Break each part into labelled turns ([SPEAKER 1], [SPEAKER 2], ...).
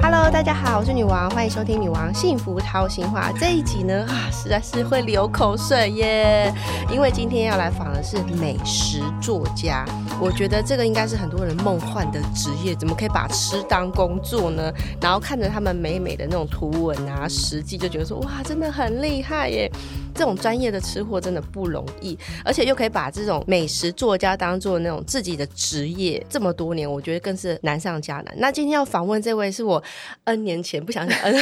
[SPEAKER 1] Hello，大家好，我是女王，欢迎收听《女王幸福掏心话》这一集呢啊，实在是会流口水耶！因为今天要来访的是美食作家，我觉得这个应该是很多人梦幻的职业，怎么可以把吃当工作呢？然后看着他们美美的那种图文啊，实际就觉得说哇，真的很厉害耶！这种专业的吃货真的不容易，而且又可以把这种美食作家当做那种自己的职业，这么多年，我觉得更是难上加难。那今天要访问这位是我 N 年前不想想 N，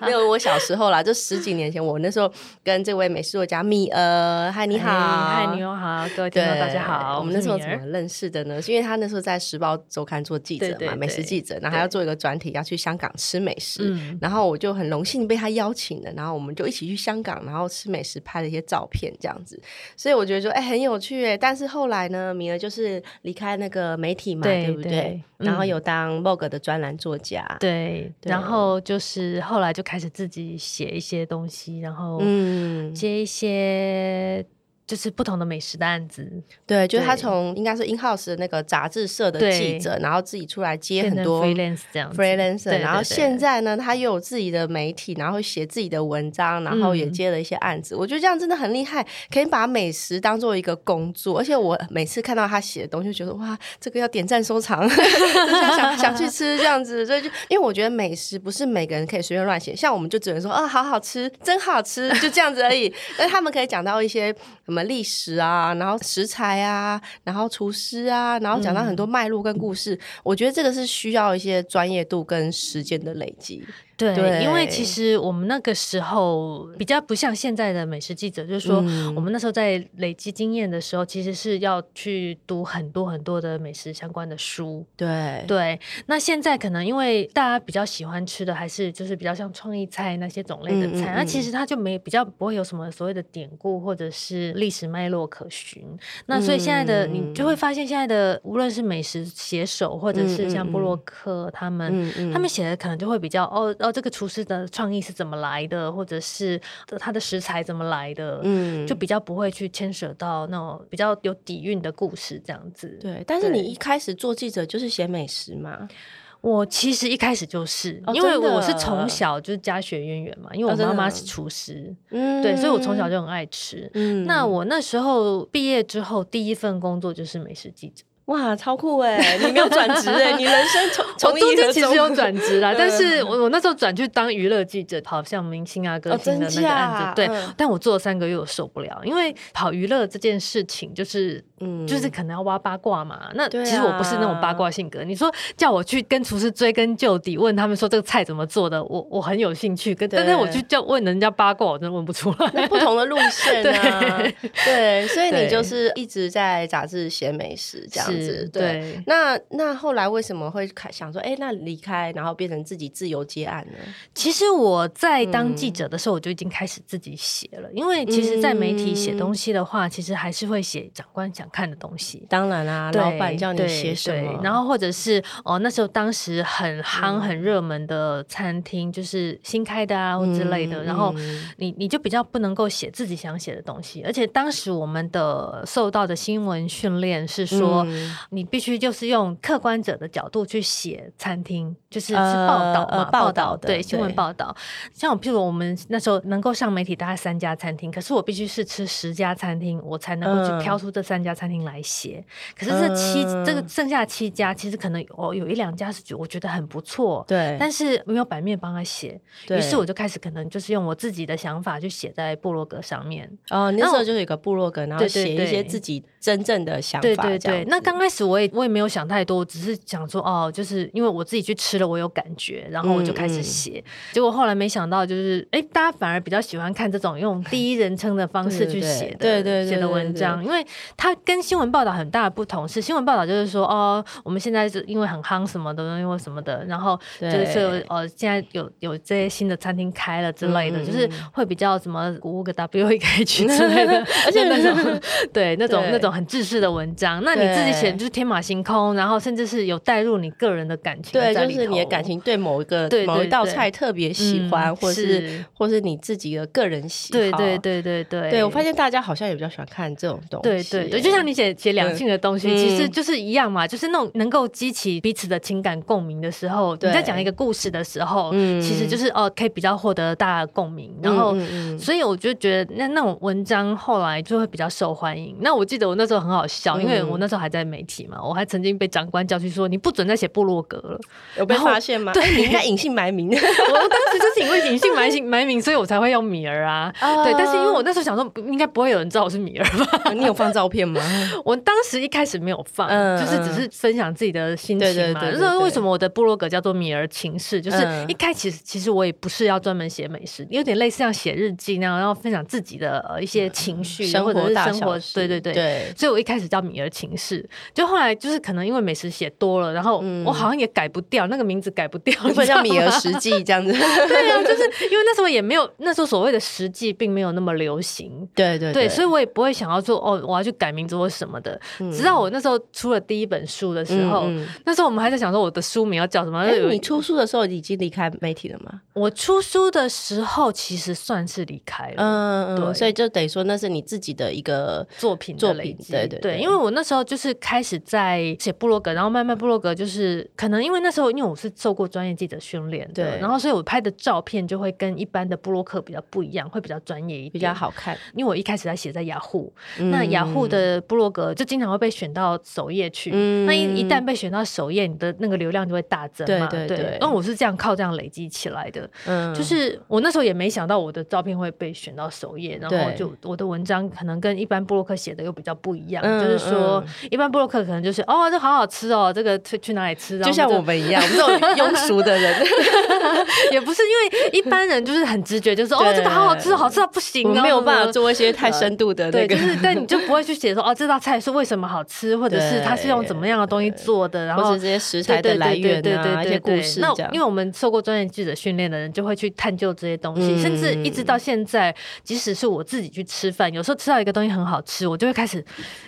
[SPEAKER 1] 没有我小时候啦，就十几年前，我那时候跟这位美食作家米儿，嗨你好，
[SPEAKER 2] 哎嗨，嗨女友好，各位听
[SPEAKER 1] 对，
[SPEAKER 2] 众大家好，
[SPEAKER 1] 我们那时候
[SPEAKER 2] 是
[SPEAKER 1] 怎
[SPEAKER 2] 米儿
[SPEAKER 1] 么认识的呢？是因为他那时候在《时报周刊》做记者嘛，
[SPEAKER 2] 对对对
[SPEAKER 1] 美食记者，然后他要做一个专题，要去香港吃美食。
[SPEAKER 2] 嗯，
[SPEAKER 1] 然后我就很荣幸被他邀请了，然后我们就一起去香港，然后吃美食，拍了一些照片这样子。所以我觉得说，哎、很有趣哎。但是后来呢，米儿就是离开那个媒体嘛，
[SPEAKER 2] 对
[SPEAKER 1] 不
[SPEAKER 2] 对嗯
[SPEAKER 1] 然后有当 Vogue 的专栏作家，
[SPEAKER 2] 对，
[SPEAKER 1] 对
[SPEAKER 2] 然后就是后来就开始自己写一些东西，然后
[SPEAKER 1] 嗯，
[SPEAKER 2] 接一些就是不同的美食的案子，
[SPEAKER 1] 对，就是他
[SPEAKER 2] 对
[SPEAKER 1] 从应该是 In House 的那个杂志社的
[SPEAKER 2] 对
[SPEAKER 1] 记者，然后自己出来接
[SPEAKER 2] 变
[SPEAKER 1] 很
[SPEAKER 2] 成
[SPEAKER 1] 多
[SPEAKER 2] freelance 这样子
[SPEAKER 1] freelancer，
[SPEAKER 2] 对
[SPEAKER 1] 然后
[SPEAKER 2] 对对
[SPEAKER 1] 现在呢，他又有自己的媒体，然后写自己的文章，然后也
[SPEAKER 2] 嗯
[SPEAKER 1] 接了一些案子。我觉得这样真的很厉害，可以把美食当做一个工作。而且我每次看到他写的东西，就觉得哇，这个要点赞收藏， 就是想想想去吃这样子。所以就因为我觉得美食不是每个人可以随便乱写，像我们就只能说啊，好好吃，真好吃，就这样子而已。但他们可以讲到一些什么历史啊，然后食材啊，然后厨师啊，然后讲到很多脉络跟故事。我觉得这个是需要一些专业度跟时间的累积。
[SPEAKER 2] 对，
[SPEAKER 1] 对
[SPEAKER 2] 因为其实我们那个时候比较不像现在的美食记者，就是说
[SPEAKER 1] 嗯
[SPEAKER 2] 我们那时候在累积经验的时候，其实是要去读很多很多的美食相关的书。
[SPEAKER 1] 对
[SPEAKER 2] 对，那现在可能因为大家比较喜欢吃的还是就是比较像创意菜那些种类的
[SPEAKER 1] 嗯嗯
[SPEAKER 2] 菜，那其
[SPEAKER 1] 嗯
[SPEAKER 2] 实它就没比较不会有什么所谓的典故或者是历史脉络可循。
[SPEAKER 1] 嗯
[SPEAKER 2] 那所以现在的、你就会发现，现在的无论是美食写手或者
[SPEAKER 1] 嗯嗯
[SPEAKER 2] 是像布洛
[SPEAKER 1] 嗯
[SPEAKER 2] 克他们，
[SPEAKER 1] 嗯嗯
[SPEAKER 2] 他们写的可能就会比较哦哦，这个厨师的创意是怎么来的，或者是呃他的食材怎么来的，
[SPEAKER 1] 嗯
[SPEAKER 2] 就比较不会去牵扯到那种比较有底蕴的故事这样子。
[SPEAKER 1] 对，但是你
[SPEAKER 2] 对
[SPEAKER 1] 一开始做记者就是写美食嘛？
[SPEAKER 2] 我其实一开始就是、
[SPEAKER 1] 哦
[SPEAKER 2] 因为
[SPEAKER 1] 真的
[SPEAKER 2] 我是从小就是家学渊源嘛，因为
[SPEAKER 1] 哦
[SPEAKER 2] 我
[SPEAKER 1] 真的
[SPEAKER 2] 妈妈是厨师，
[SPEAKER 1] 嗯
[SPEAKER 2] 对，所以我从小就很爱吃。
[SPEAKER 1] 嗯
[SPEAKER 2] 那我那时候毕业之后，第一份工作就是美食 记者。
[SPEAKER 1] 哇，超酷哎！你没有转职哎，你人生从
[SPEAKER 2] 我
[SPEAKER 1] 从一
[SPEAKER 2] 中
[SPEAKER 1] 而
[SPEAKER 2] 间其
[SPEAKER 1] 终
[SPEAKER 2] 实有转职啦
[SPEAKER 1] 嗯，哦
[SPEAKER 2] 但是我我那时候转去当娱乐记者，跑像明星啊、歌星的
[SPEAKER 1] 真
[SPEAKER 2] 那个案子。
[SPEAKER 1] 假
[SPEAKER 2] 对，
[SPEAKER 1] 嗯
[SPEAKER 2] 但我做了三个月，我受不了，因为跑娱乐这件事情就是
[SPEAKER 1] 嗯
[SPEAKER 2] 就是可能要挖八卦嘛。那
[SPEAKER 1] 对啊
[SPEAKER 2] 其实我不是那种八卦性格，你说叫我去跟厨师追根究底，问他们说这个菜怎么做的，我我很有兴趣。跟
[SPEAKER 1] 对
[SPEAKER 2] 但是我去叫问人家八卦，我真的问不出来。
[SPEAKER 1] 不同的路线啊，对，所以你
[SPEAKER 2] 对
[SPEAKER 1] 就是一直在杂志写美食这样
[SPEAKER 2] 是
[SPEAKER 1] 子，对。
[SPEAKER 2] 对，
[SPEAKER 1] 那那后来为什么会开想说，哎、那离开，然后变成自己自由接案呢？
[SPEAKER 2] 其实我在当
[SPEAKER 1] 嗯
[SPEAKER 2] 记者的时候，我就已经开始自己写了，因为其实，在媒体写东西的话，其实还是会写长官想看的东西。
[SPEAKER 1] 当然啦、
[SPEAKER 2] 啊对
[SPEAKER 1] 老板叫你写什
[SPEAKER 2] 对
[SPEAKER 1] 么
[SPEAKER 2] 对，然后或者是哦，那时候当时很夯、
[SPEAKER 1] 嗯
[SPEAKER 2] 很热门的餐厅，就是新开的啊或
[SPEAKER 1] 嗯
[SPEAKER 2] 之类的，然后
[SPEAKER 1] 嗯
[SPEAKER 2] 你你就比较不能够写自己想写的东西，而且当时我们的受到的新闻训练是说，
[SPEAKER 1] 嗯
[SPEAKER 2] 你必须就是用客观者的角度去写餐厅，就是是报道嘛，
[SPEAKER 1] 呃呃报道的
[SPEAKER 2] 对新闻
[SPEAKER 1] 对
[SPEAKER 2] 报道。像我譬如我们那时候能够上媒体大概三家餐厅，可是我必须是吃十家餐厅，我才能够
[SPEAKER 1] 嗯
[SPEAKER 2] 去挑出这三家餐厅来写。可是这七、
[SPEAKER 1] 嗯
[SPEAKER 2] 这个剩下七家，其实可能哦有一两家是觉我觉得很不错。
[SPEAKER 1] 对，
[SPEAKER 2] 但是没有版面帮他写，
[SPEAKER 1] 对
[SPEAKER 2] 于是我就开始可能就是用我自己的想法去写在部落格上面。
[SPEAKER 1] 哦，那时
[SPEAKER 2] 然后
[SPEAKER 1] 候就有一个部落格，然后
[SPEAKER 2] 对对
[SPEAKER 1] 写一
[SPEAKER 2] 对
[SPEAKER 1] 些自己真正的想法
[SPEAKER 2] 对
[SPEAKER 1] 这样
[SPEAKER 2] 对
[SPEAKER 1] 子，
[SPEAKER 2] 对，那刚开始我也我也没有想太多，我只是想说哦，就是因为我自己去吃了，我有感觉，然后我就开
[SPEAKER 1] 嗯嗯
[SPEAKER 2] 始写。结果后来没想到，就是哎，大家反而比较喜欢看这种用第一人称的方式去写的
[SPEAKER 1] 对对对对
[SPEAKER 2] 写的文章，因为它跟新闻报道很大的不同是，新闻报道就是说哦，我们现在是因为很夯什么的，因为什么的，然后就是
[SPEAKER 1] 对
[SPEAKER 2] 所有呃，现在有有这些新的餐厅开了之类的，
[SPEAKER 1] 嗯嗯
[SPEAKER 2] 就是
[SPEAKER 1] 嗯
[SPEAKER 2] 会比较什么五个 W 一个 H 之类的，而且那种对那种
[SPEAKER 1] 对
[SPEAKER 2] 那种很自式的文章，那你自己且就是天马行空，然后甚至是有带入你个人的感情在
[SPEAKER 1] 对，
[SPEAKER 2] 里头，
[SPEAKER 1] 就是你的感情对某一个
[SPEAKER 2] 对对
[SPEAKER 1] 某一道
[SPEAKER 2] 对
[SPEAKER 1] 菜特别喜
[SPEAKER 2] 嗯
[SPEAKER 1] 欢，或者是
[SPEAKER 2] 是
[SPEAKER 1] 或是你自己的个人喜
[SPEAKER 2] 对
[SPEAKER 1] 好。
[SPEAKER 2] 对对对对，
[SPEAKER 1] 对我发现大家好像也比较喜欢看这种东西
[SPEAKER 2] 对
[SPEAKER 1] 耶。
[SPEAKER 2] 对对，就像你写写两
[SPEAKER 1] 嗯
[SPEAKER 2] 性的东西，
[SPEAKER 1] 嗯
[SPEAKER 2] 其实就是一样嘛，就是那种能够激起彼此的情感共鸣的时候，
[SPEAKER 1] 对
[SPEAKER 2] 你在讲一个故事的时候，
[SPEAKER 1] 嗯
[SPEAKER 2] 其实就是哦，可以比较获得大家的共鸣，然
[SPEAKER 1] 嗯
[SPEAKER 2] 后。
[SPEAKER 1] 嗯嗯
[SPEAKER 2] 所以我就觉得那那种文章后来就会比较受欢迎。那我记得我那时候很好笑，因为
[SPEAKER 1] 嗯
[SPEAKER 2] 我那时候还在媒体嘛，我还曾经被长官叫去说你不准再写部落格了。
[SPEAKER 1] 有被
[SPEAKER 2] 然后
[SPEAKER 1] 发现吗？
[SPEAKER 2] 对
[SPEAKER 1] 哎你应该隐姓埋 名。
[SPEAKER 2] 我当时就是因为隐姓埋姓埋名，所以我才会用米儿啊。对，但是因为我那时候想说不应该不会有人知道我是米儿吧，
[SPEAKER 1] 你有放照片吗？
[SPEAKER 2] 我当时一开始没有放，
[SPEAKER 1] 嗯
[SPEAKER 2] 就是只是分享自己的心
[SPEAKER 1] 对对
[SPEAKER 2] 情嘛。
[SPEAKER 1] 对对
[SPEAKER 2] 就是
[SPEAKER 1] 对
[SPEAKER 2] 为什么我的部落格叫做米儿情事，就是
[SPEAKER 1] 嗯
[SPEAKER 2] 一开始其实我也不是要专门写美食，有点类似像写日记那样，然后分享自己的呃一些情绪
[SPEAKER 1] 嗯生
[SPEAKER 2] 或者
[SPEAKER 1] 活
[SPEAKER 2] 是
[SPEAKER 1] 大
[SPEAKER 2] 生
[SPEAKER 1] 小
[SPEAKER 2] 活，
[SPEAKER 1] 事，
[SPEAKER 2] 对对对。
[SPEAKER 1] 对，
[SPEAKER 2] 所以我一开始叫米儿情事，就后来就是可能因为美食写多了，然后
[SPEAKER 1] 嗯
[SPEAKER 2] 我好像也改不掉那个名字，改不掉，
[SPEAKER 1] 不会像米儿
[SPEAKER 2] 事。
[SPEAKER 1] 实际这样 子。
[SPEAKER 2] 对啊，就是因为那时候也没有，那时候所谓的实际并没有那么流行，
[SPEAKER 1] 对对
[SPEAKER 2] 对，所以我也不会想要说哦，我要去改名字或什么的。直到我那时候出了第一本书的时候，
[SPEAKER 1] 嗯嗯嗯
[SPEAKER 2] 那时候我们还在想说我的书名要叫什么。
[SPEAKER 1] 哎，
[SPEAKER 2] 有
[SPEAKER 1] 你出书的时候已经离开媒体了吗？
[SPEAKER 2] 我出书的时候，其实算是离开了。
[SPEAKER 1] 嗯，嗯
[SPEAKER 2] 对
[SPEAKER 1] 所以就等于说那是你自己的一个
[SPEAKER 2] 作品
[SPEAKER 1] 作
[SPEAKER 2] 的
[SPEAKER 1] 品
[SPEAKER 2] 累积，
[SPEAKER 1] 对对对
[SPEAKER 2] 因为我那时候就是开始在写部落格，然后慢慢部落格就是可能因为那时候因为我是受过专业记者训练的，
[SPEAKER 1] 对
[SPEAKER 2] 然后所以我拍的照片就会跟一般的部落客比较不一样，会比较专业一点，
[SPEAKER 1] 比较。好看。
[SPEAKER 2] 因为我一开始在写在雅虎，那雅虎的部落格就经常会被选到首页去，
[SPEAKER 1] 嗯
[SPEAKER 2] 那一一旦被选到首页，你的那个流量就会大增嘛。
[SPEAKER 1] 对对对
[SPEAKER 2] 那我是这样靠这样累积起来的，
[SPEAKER 1] 嗯
[SPEAKER 2] 就是我那时候也没想到我的照片会被选到首页，然后
[SPEAKER 1] 对
[SPEAKER 2] 就我的文章可能跟一般布洛克写的又比较不一样，
[SPEAKER 1] 嗯
[SPEAKER 2] 就是说一般布洛克可能就是哦这好好吃哦，这个去去哪里吃，然后
[SPEAKER 1] 就像我们一样，我们这种 庸俗的人，
[SPEAKER 2] 也不是因为一般人就是很直觉，就是哦
[SPEAKER 1] 对
[SPEAKER 2] 这个好好吃，好吃到不行
[SPEAKER 1] 我
[SPEAKER 2] 啊，
[SPEAKER 1] 们没有办
[SPEAKER 2] 什
[SPEAKER 1] 法
[SPEAKER 2] 么
[SPEAKER 1] 做一些太深度的那
[SPEAKER 2] 对，
[SPEAKER 1] 个
[SPEAKER 2] 就，是但你就不会去写说哦，这道菜是为什么好吃，或者是它是用怎么样的东西做的，然
[SPEAKER 1] 或
[SPEAKER 2] 后
[SPEAKER 1] 是这些食
[SPEAKER 2] 对
[SPEAKER 1] 材的
[SPEAKER 2] 对
[SPEAKER 1] 来
[SPEAKER 2] 对
[SPEAKER 1] 源
[SPEAKER 2] 对对
[SPEAKER 1] 啊，
[SPEAKER 2] 对
[SPEAKER 1] 一些
[SPEAKER 2] 对
[SPEAKER 1] 故
[SPEAKER 2] 对
[SPEAKER 1] 事
[SPEAKER 2] 那
[SPEAKER 1] 这样。
[SPEAKER 2] 因为我们受过专业记者训练的人，就会去探究这些东西，甚至
[SPEAKER 1] 嗯
[SPEAKER 2] 一直到现在，即使是我自己去吃饭，有时候吃到一个东西很好吃，我就会开始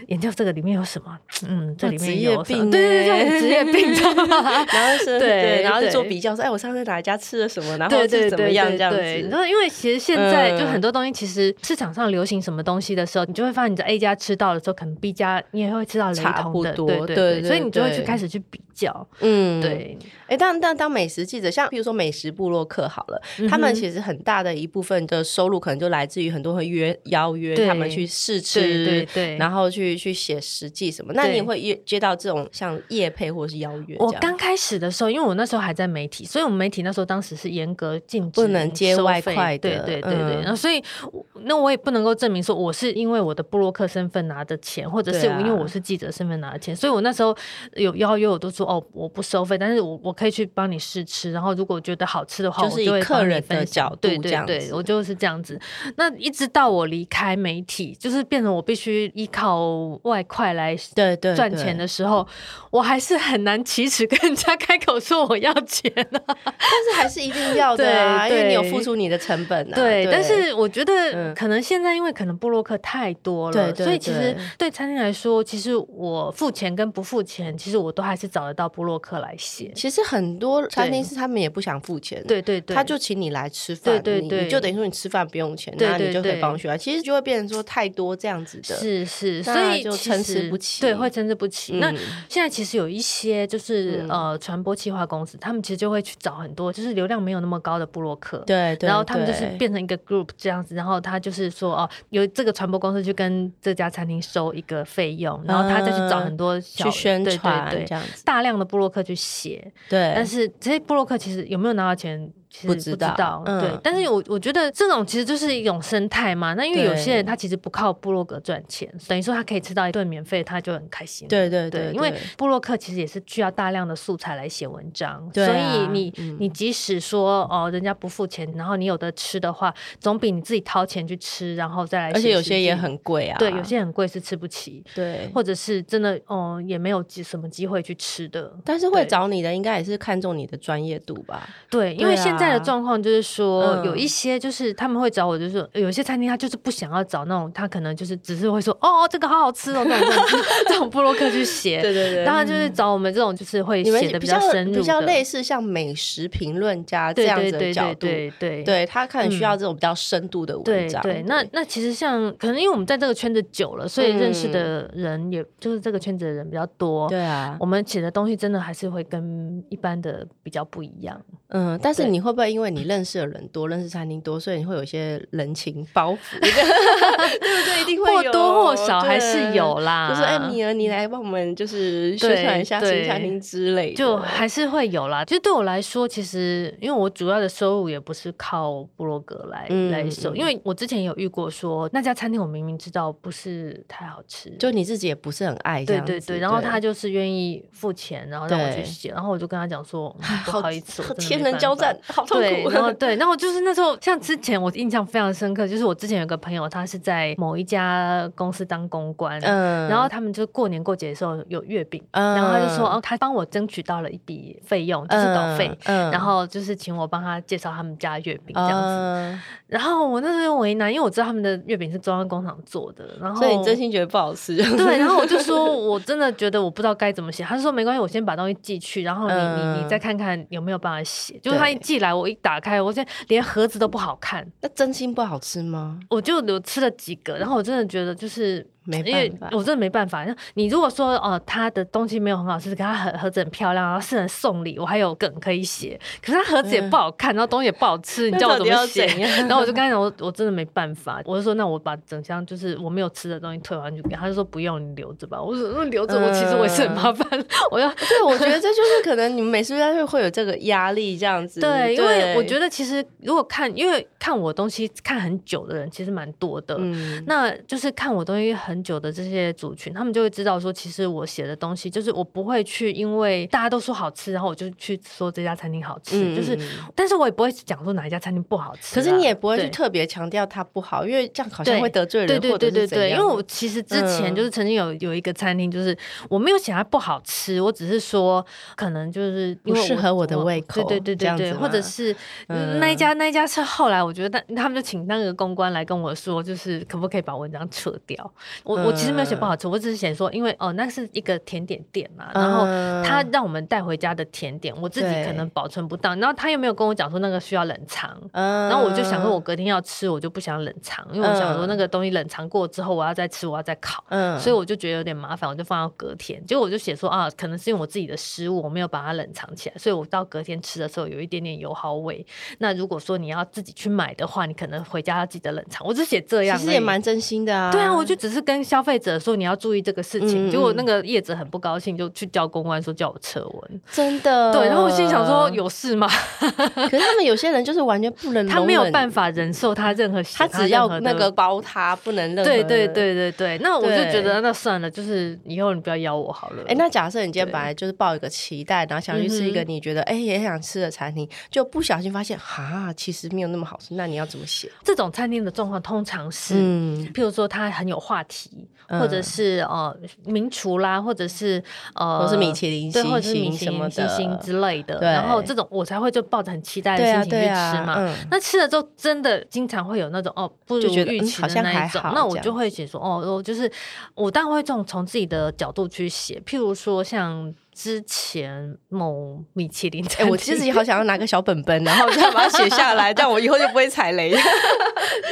[SPEAKER 2] 研究这个里面有什么，嗯，这里
[SPEAKER 1] 哦职
[SPEAKER 2] 面
[SPEAKER 1] 业
[SPEAKER 2] 有什
[SPEAKER 1] 病
[SPEAKER 2] 么，对对
[SPEAKER 1] 欸
[SPEAKER 2] 对，就很职业病，知道吗？
[SPEAKER 1] 然后是，
[SPEAKER 2] 对
[SPEAKER 1] 对，
[SPEAKER 2] 对
[SPEAKER 1] 然后就做比较，说，哎，我上次哪一家吃了什么，然后
[SPEAKER 2] 对对
[SPEAKER 1] 是
[SPEAKER 2] 对
[SPEAKER 1] 怎么样
[SPEAKER 2] 对
[SPEAKER 1] 这样
[SPEAKER 2] 对然
[SPEAKER 1] 子。
[SPEAKER 2] 后因为其实现在就
[SPEAKER 1] 嗯
[SPEAKER 2] 很多东西，其实市场上流行什么东西的时候，你就会发现你在 A 家吃到的时候，可能 B 家你也会吃到雷
[SPEAKER 1] 差
[SPEAKER 2] 同
[SPEAKER 1] 不
[SPEAKER 2] 的，
[SPEAKER 1] 多
[SPEAKER 2] 对
[SPEAKER 1] 对
[SPEAKER 2] 对
[SPEAKER 1] 对
[SPEAKER 2] 所以你就会去
[SPEAKER 1] 对
[SPEAKER 2] 开始去比较，
[SPEAKER 1] 嗯，。
[SPEAKER 2] 对，
[SPEAKER 1] 哎，但但当美食记者，像比如说美食部落客好了，他们
[SPEAKER 2] 嗯哼
[SPEAKER 1] 其实很大的一部分的收入可能就来自于很多会约邀约
[SPEAKER 2] 对
[SPEAKER 1] 他们去试
[SPEAKER 2] 对对
[SPEAKER 1] 吃，
[SPEAKER 2] 对。
[SPEAKER 1] 然后去去写实际什么。那
[SPEAKER 2] 对
[SPEAKER 1] 你也会接接到这种像业配或者是邀约这样？
[SPEAKER 2] 我刚开始的时候，因为我那时候还在媒体，所以我们媒体那时候当时是严格禁止
[SPEAKER 1] 不能接
[SPEAKER 2] 收
[SPEAKER 1] 外
[SPEAKER 2] 费
[SPEAKER 1] 快
[SPEAKER 2] 对
[SPEAKER 1] 的
[SPEAKER 2] 对对对。
[SPEAKER 1] 嗯
[SPEAKER 2] 然后所以我那我也不能够证明说我是因为我的布洛克身份拿的钱，或者
[SPEAKER 1] 对
[SPEAKER 2] 是
[SPEAKER 1] 啊
[SPEAKER 2] 因为我是记者身份拿的钱，所以我那时候有邀约我都说哦我不收费，但是我我可以去帮你试吃，然后如果觉得好吃的话，
[SPEAKER 1] 就
[SPEAKER 2] 我
[SPEAKER 1] 是以
[SPEAKER 2] 会
[SPEAKER 1] 客
[SPEAKER 2] 帮你
[SPEAKER 1] 人的
[SPEAKER 2] 分享
[SPEAKER 1] 角
[SPEAKER 2] 对
[SPEAKER 1] 度
[SPEAKER 2] 对
[SPEAKER 1] 这样
[SPEAKER 2] 对
[SPEAKER 1] 子
[SPEAKER 2] 我就是这样子。那一直到我离开媒体，就是变成我必须依靠外快来
[SPEAKER 1] 对对
[SPEAKER 2] 赚钱
[SPEAKER 1] 的，
[SPEAKER 2] 的时候，我还是很难启齿跟人家开口说我要钱 啊。
[SPEAKER 1] 但是还是一定要的啊，因
[SPEAKER 2] 对
[SPEAKER 1] 为你有
[SPEAKER 2] 对
[SPEAKER 1] 付出你的成本啊。
[SPEAKER 2] 对，但是我觉
[SPEAKER 1] 嗯
[SPEAKER 2] 得可能现在因为可能布洛克太多
[SPEAKER 1] 对
[SPEAKER 2] 了，
[SPEAKER 1] 对
[SPEAKER 2] 所以其实
[SPEAKER 1] 对
[SPEAKER 2] 对餐厅来说，其实我付钱跟不付钱，其实我都还是找得到布洛克来写。
[SPEAKER 1] 其实很多餐厅
[SPEAKER 2] 对
[SPEAKER 1] 是他们也不想付钱，
[SPEAKER 2] 对对对，
[SPEAKER 1] 他就请你来吃饭，
[SPEAKER 2] 对对
[SPEAKER 1] 你
[SPEAKER 2] 对
[SPEAKER 1] 你就等于说你吃饭不用钱，
[SPEAKER 2] 对
[SPEAKER 1] 那你
[SPEAKER 2] 对
[SPEAKER 1] 就可以
[SPEAKER 2] 对
[SPEAKER 1] 帮我选啊。其实就会变成说太多这样子的，
[SPEAKER 2] 是是，所
[SPEAKER 1] 那
[SPEAKER 2] 以
[SPEAKER 1] 就
[SPEAKER 2] 其
[SPEAKER 1] 参差
[SPEAKER 2] 实
[SPEAKER 1] 不齐
[SPEAKER 2] 对，会参差不齐。那
[SPEAKER 1] 嗯
[SPEAKER 2] 现在其实有一些就是
[SPEAKER 1] 嗯
[SPEAKER 2] 呃传播企划公司，他们其实就会去找很多就是流量没有那么高的布洛克，
[SPEAKER 1] 对对，
[SPEAKER 2] 然后他们就是
[SPEAKER 1] 对
[SPEAKER 2] 变成一个 group 这样子，然后他就是说哦，由这个传播公司去跟这家餐厅收一个费用，然后他再去找很多小、
[SPEAKER 1] 嗯去宣
[SPEAKER 2] 对
[SPEAKER 1] 传
[SPEAKER 2] 对对
[SPEAKER 1] 这样子，
[SPEAKER 2] 大量的布洛克去写，但
[SPEAKER 1] 对。
[SPEAKER 2] 是这些布洛克其实有没有拿到钱，其实
[SPEAKER 1] 不
[SPEAKER 2] 不
[SPEAKER 1] 知
[SPEAKER 2] 知
[SPEAKER 1] 道
[SPEAKER 2] 道。
[SPEAKER 1] 嗯
[SPEAKER 2] 对，但是我我觉得这种其实就是一种生态嘛。那因为有些人他其实不靠布洛克赚钱，等于说他可以吃到一顿免费，他就很开心。
[SPEAKER 1] 对对
[SPEAKER 2] 对
[SPEAKER 1] 对，
[SPEAKER 2] 因为布洛克其实也是需要大量的素材来写文章，
[SPEAKER 1] 对
[SPEAKER 2] 所
[SPEAKER 1] 啊
[SPEAKER 2] 以你、
[SPEAKER 1] 嗯
[SPEAKER 2] 你即使说哦人家不付钱，然后你有的吃的话，总比你自己掏钱去吃，然后再来
[SPEAKER 1] 而
[SPEAKER 2] 写实际。
[SPEAKER 1] 且有些也很贵啊，
[SPEAKER 2] 对，有些很贵是吃不起，
[SPEAKER 1] 对，
[SPEAKER 2] 或者是真的哦、也没有机什么机会去吃的。
[SPEAKER 1] 但是会
[SPEAKER 2] 对
[SPEAKER 1] 找你的应该也是看重你的专业度吧？
[SPEAKER 2] 对，因
[SPEAKER 1] 对
[SPEAKER 2] 为
[SPEAKER 1] 啊
[SPEAKER 2] 现在的状况就是说，
[SPEAKER 1] 嗯
[SPEAKER 2] 有一些就是他们会找我，就是说有些餐厅他就是不想要找那种，他可能就是只是会说哦，这个好好吃哦，这种这种布洛克去写。
[SPEAKER 1] 对对对，
[SPEAKER 2] 当然就是找我们这种就是会
[SPEAKER 1] 嗯你们
[SPEAKER 2] 写的
[SPEAKER 1] 比
[SPEAKER 2] 较
[SPEAKER 1] 较
[SPEAKER 2] 深入的，
[SPEAKER 1] 比较类似像美食评论家这
[SPEAKER 2] 对
[SPEAKER 1] 样
[SPEAKER 2] 对
[SPEAKER 1] 子
[SPEAKER 2] 对
[SPEAKER 1] 的角
[SPEAKER 2] 对
[SPEAKER 1] 度，
[SPEAKER 2] 对对
[SPEAKER 1] 对他可能需要
[SPEAKER 2] 嗯
[SPEAKER 1] 这种比较深度的文
[SPEAKER 2] 对
[SPEAKER 1] 章。
[SPEAKER 2] 对，那那其实像可能因为我们在这个圈子久了，所以认识
[SPEAKER 1] 嗯
[SPEAKER 2] 的人也、就是这个圈子的人比较多。
[SPEAKER 1] 对啊，
[SPEAKER 2] 我们写的东西真的还是会跟一般的比较不一样。
[SPEAKER 1] 嗯，但是
[SPEAKER 2] 对
[SPEAKER 1] 你会不会因为你认识的人多，认识餐厅多，所以你会有一些人情包袱？ 对不对？一定会
[SPEAKER 2] 或
[SPEAKER 1] 有
[SPEAKER 2] 多或少还是
[SPEAKER 1] 对
[SPEAKER 2] 有啦，
[SPEAKER 1] 就是哎，米儿，你来帮我们就是宣传一下
[SPEAKER 2] 对
[SPEAKER 1] 新餐厅之类的，
[SPEAKER 2] 就还是会有啦。就对我来说，其实因为我主要的收入也不是靠部落格来、
[SPEAKER 1] 嗯
[SPEAKER 2] 来收，
[SPEAKER 1] 嗯
[SPEAKER 2] 因为我之前有遇过说那家餐厅我明明知道不是太好吃，
[SPEAKER 1] 就你自己也不是很爱这
[SPEAKER 2] 对
[SPEAKER 1] 样子，
[SPEAKER 2] 对对，然后他就是愿意付钱，然后让我去
[SPEAKER 1] 对
[SPEAKER 2] 写，然后我就跟他讲说，嗯不好意思，我真的没
[SPEAKER 1] 天人
[SPEAKER 2] 办
[SPEAKER 1] 交
[SPEAKER 2] 法
[SPEAKER 1] 战，好痛
[SPEAKER 2] 对，
[SPEAKER 1] 苦。
[SPEAKER 2] 然后对，然后就是那时候，像之前我印象非常深刻，就是我之前有个朋友，他是在某一家公司当公关，
[SPEAKER 1] 嗯
[SPEAKER 2] 然后他们就过年过节的时候有月饼，
[SPEAKER 1] 嗯
[SPEAKER 2] 然后他就说，哦，他帮我争取到了一笔费用，就是稿费，，
[SPEAKER 1] 嗯
[SPEAKER 2] 然后就是请我帮他介绍他们家的月饼这样子。
[SPEAKER 1] 嗯
[SPEAKER 2] 然后我那时候就为难，因为我知道他们的月饼是中央工厂做的，然
[SPEAKER 1] 嗯
[SPEAKER 2] 后
[SPEAKER 1] 所以你真心觉得不好吃，
[SPEAKER 2] 对，然后我就说，我真的觉得我不知道该怎么写。他就说没关系，我先把东西寄去，然后你你
[SPEAKER 1] 嗯
[SPEAKER 2] 你再看看有没有办法写。就是他一寄来，我一打开，我现在连盒子都不好看，
[SPEAKER 1] 那真心不好吃吗？
[SPEAKER 2] 我就有吃了几个，然后我真的觉得就是。
[SPEAKER 1] 嗯没
[SPEAKER 2] 因为
[SPEAKER 1] 办法
[SPEAKER 2] 我真的没办法，像你如果说哦，他的东西没有很好吃，可他盒盒子很漂亮，然后是很送礼，我还有梗可以写。可是他盒子也不好看，然后东西也不好吃，你
[SPEAKER 1] 嗯那
[SPEAKER 2] 叫我
[SPEAKER 1] 到
[SPEAKER 2] 怎
[SPEAKER 1] 底
[SPEAKER 2] 么
[SPEAKER 1] 要
[SPEAKER 2] 写？
[SPEAKER 1] 怎样
[SPEAKER 2] 然后我就跟他讲，我我真的没办法，我就说那我把整箱就是我没有吃的东西退还去给他，他就说不用你留着吧。我说那留着我其实我也是很麻烦， 我要
[SPEAKER 1] 对，我觉得这嗯就是可能你们美食家就会有这个压力这样子。
[SPEAKER 2] 对，因为我觉
[SPEAKER 1] 得，
[SPEAKER 2] 得其实如果看，因为看我东西看很久的人其实蛮多的，
[SPEAKER 1] 嗯，
[SPEAKER 2] 那就是看我东西很久的这些族群，他们就会知道说，其实我写的东西就是我不会去因为大家都说好吃，然后我就去说这家餐厅好吃，
[SPEAKER 1] 嗯
[SPEAKER 2] 就是
[SPEAKER 1] 嗯，
[SPEAKER 2] 但是我也不会讲说哪一家餐厅不好吃啊、
[SPEAKER 1] 可是你也不会去
[SPEAKER 2] 对
[SPEAKER 1] 特别强调它不好，因为这样好像
[SPEAKER 2] 对
[SPEAKER 1] 会得罪人，
[SPEAKER 2] 对对
[SPEAKER 1] 或者
[SPEAKER 2] 对
[SPEAKER 1] 是
[SPEAKER 2] 对
[SPEAKER 1] 怎
[SPEAKER 2] 对，因
[SPEAKER 1] 样
[SPEAKER 2] 为我其实之前
[SPEAKER 1] 嗯
[SPEAKER 2] 就是曾经有有一个餐厅，就是我没有写它不好吃，我只是说可能就是因为
[SPEAKER 1] 不适合我的胃口
[SPEAKER 2] 对对
[SPEAKER 1] 这
[SPEAKER 2] 对对
[SPEAKER 1] 样
[SPEAKER 2] 对，
[SPEAKER 1] 子吗
[SPEAKER 2] 或者是
[SPEAKER 1] 嗯
[SPEAKER 2] 那一家那一家是后来我觉得他们就请那个公关来跟我说，就是可不可以把文章撤掉？我我其实没有写
[SPEAKER 1] 嗯
[SPEAKER 2] 不好吃，我只是写说因为哦那是一个甜点店嘛，然后
[SPEAKER 1] 嗯
[SPEAKER 2] 他让我们带回家的甜点，我自己
[SPEAKER 1] 对
[SPEAKER 2] 可能保存不到，然后他又没有跟我讲说那个需要冷藏，
[SPEAKER 1] 嗯
[SPEAKER 2] 然后我就想说，我隔天要吃，我就不想冷藏，因为我想说那个东西冷藏过之后，我要再吃，我要再烤，
[SPEAKER 1] 嗯
[SPEAKER 2] 所以我就觉得有点麻烦，我就放到隔天。结果我就写说啊，可能是因为我自己的失误，我没有把它冷藏起来，所以我到隔天吃的时候有一点点油耗味。那如果说你要自己去买的话，你可能回家要记得冷藏。我只写这样，
[SPEAKER 1] 其实也。蛮真心的啊。
[SPEAKER 2] 对啊，我就只是跟消费者说你要注意这个事情，
[SPEAKER 1] 嗯嗯
[SPEAKER 2] 结果那个业者很不高兴，就去叫公关说叫我撤文。
[SPEAKER 1] 真的
[SPEAKER 2] 对，然后我心想 说，有事吗？
[SPEAKER 1] 可是他们有些人就是完全不能，
[SPEAKER 2] 他没有办
[SPEAKER 1] 法，
[SPEAKER 2] 法忍受他任何，
[SPEAKER 1] 他只
[SPEAKER 2] 任
[SPEAKER 1] 要
[SPEAKER 2] 何的
[SPEAKER 1] 那个包他，不能任何
[SPEAKER 2] 对对。对对对，那我就
[SPEAKER 1] 对
[SPEAKER 2] 觉得那算了，就是以后你不要邀我好了。
[SPEAKER 1] 哎，那假设你今天
[SPEAKER 2] 对
[SPEAKER 1] 本来就是抱一个期待，然后想去吃一个
[SPEAKER 2] 嗯
[SPEAKER 1] 你觉得哎也想吃的餐厅，就不小心发现哈，其实没有那么好吃，那你要怎么写？
[SPEAKER 2] 这种餐厅的状况通常是。
[SPEAKER 1] 嗯，
[SPEAKER 2] 譬如说，它很有话题，
[SPEAKER 1] 嗯
[SPEAKER 2] 或者是呃名厨啦，或者是呃，
[SPEAKER 1] 或是米其林
[SPEAKER 2] 对，或者是米
[SPEAKER 1] 星
[SPEAKER 2] 其
[SPEAKER 1] 什
[SPEAKER 2] 林
[SPEAKER 1] 么
[SPEAKER 2] 星
[SPEAKER 1] 的，
[SPEAKER 2] 星之类的。
[SPEAKER 1] 对
[SPEAKER 2] 然后这种我才会就抱着很期待的
[SPEAKER 1] 对
[SPEAKER 2] 心
[SPEAKER 1] 啊
[SPEAKER 2] 情
[SPEAKER 1] 对
[SPEAKER 2] 去吃
[SPEAKER 1] 啊，
[SPEAKER 2] 嘛。
[SPEAKER 1] 嗯
[SPEAKER 2] 那吃了之后，真的经常会有那种哦不如
[SPEAKER 1] 就觉得
[SPEAKER 2] 预
[SPEAKER 1] 嗯
[SPEAKER 2] 期
[SPEAKER 1] 好
[SPEAKER 2] 的
[SPEAKER 1] 像
[SPEAKER 2] 那
[SPEAKER 1] 还
[SPEAKER 2] 一种，
[SPEAKER 1] 好
[SPEAKER 2] 那我
[SPEAKER 1] 这
[SPEAKER 2] 就
[SPEAKER 1] 样
[SPEAKER 2] 会写说哦，我就是我当然会这种从自己的角度去写，譬如说像之前某米其林餐
[SPEAKER 1] 哎、
[SPEAKER 2] 厅，
[SPEAKER 1] 我其实也好想要拿个小本本，然后再把它写下 来，这样我以后就不会踩雷。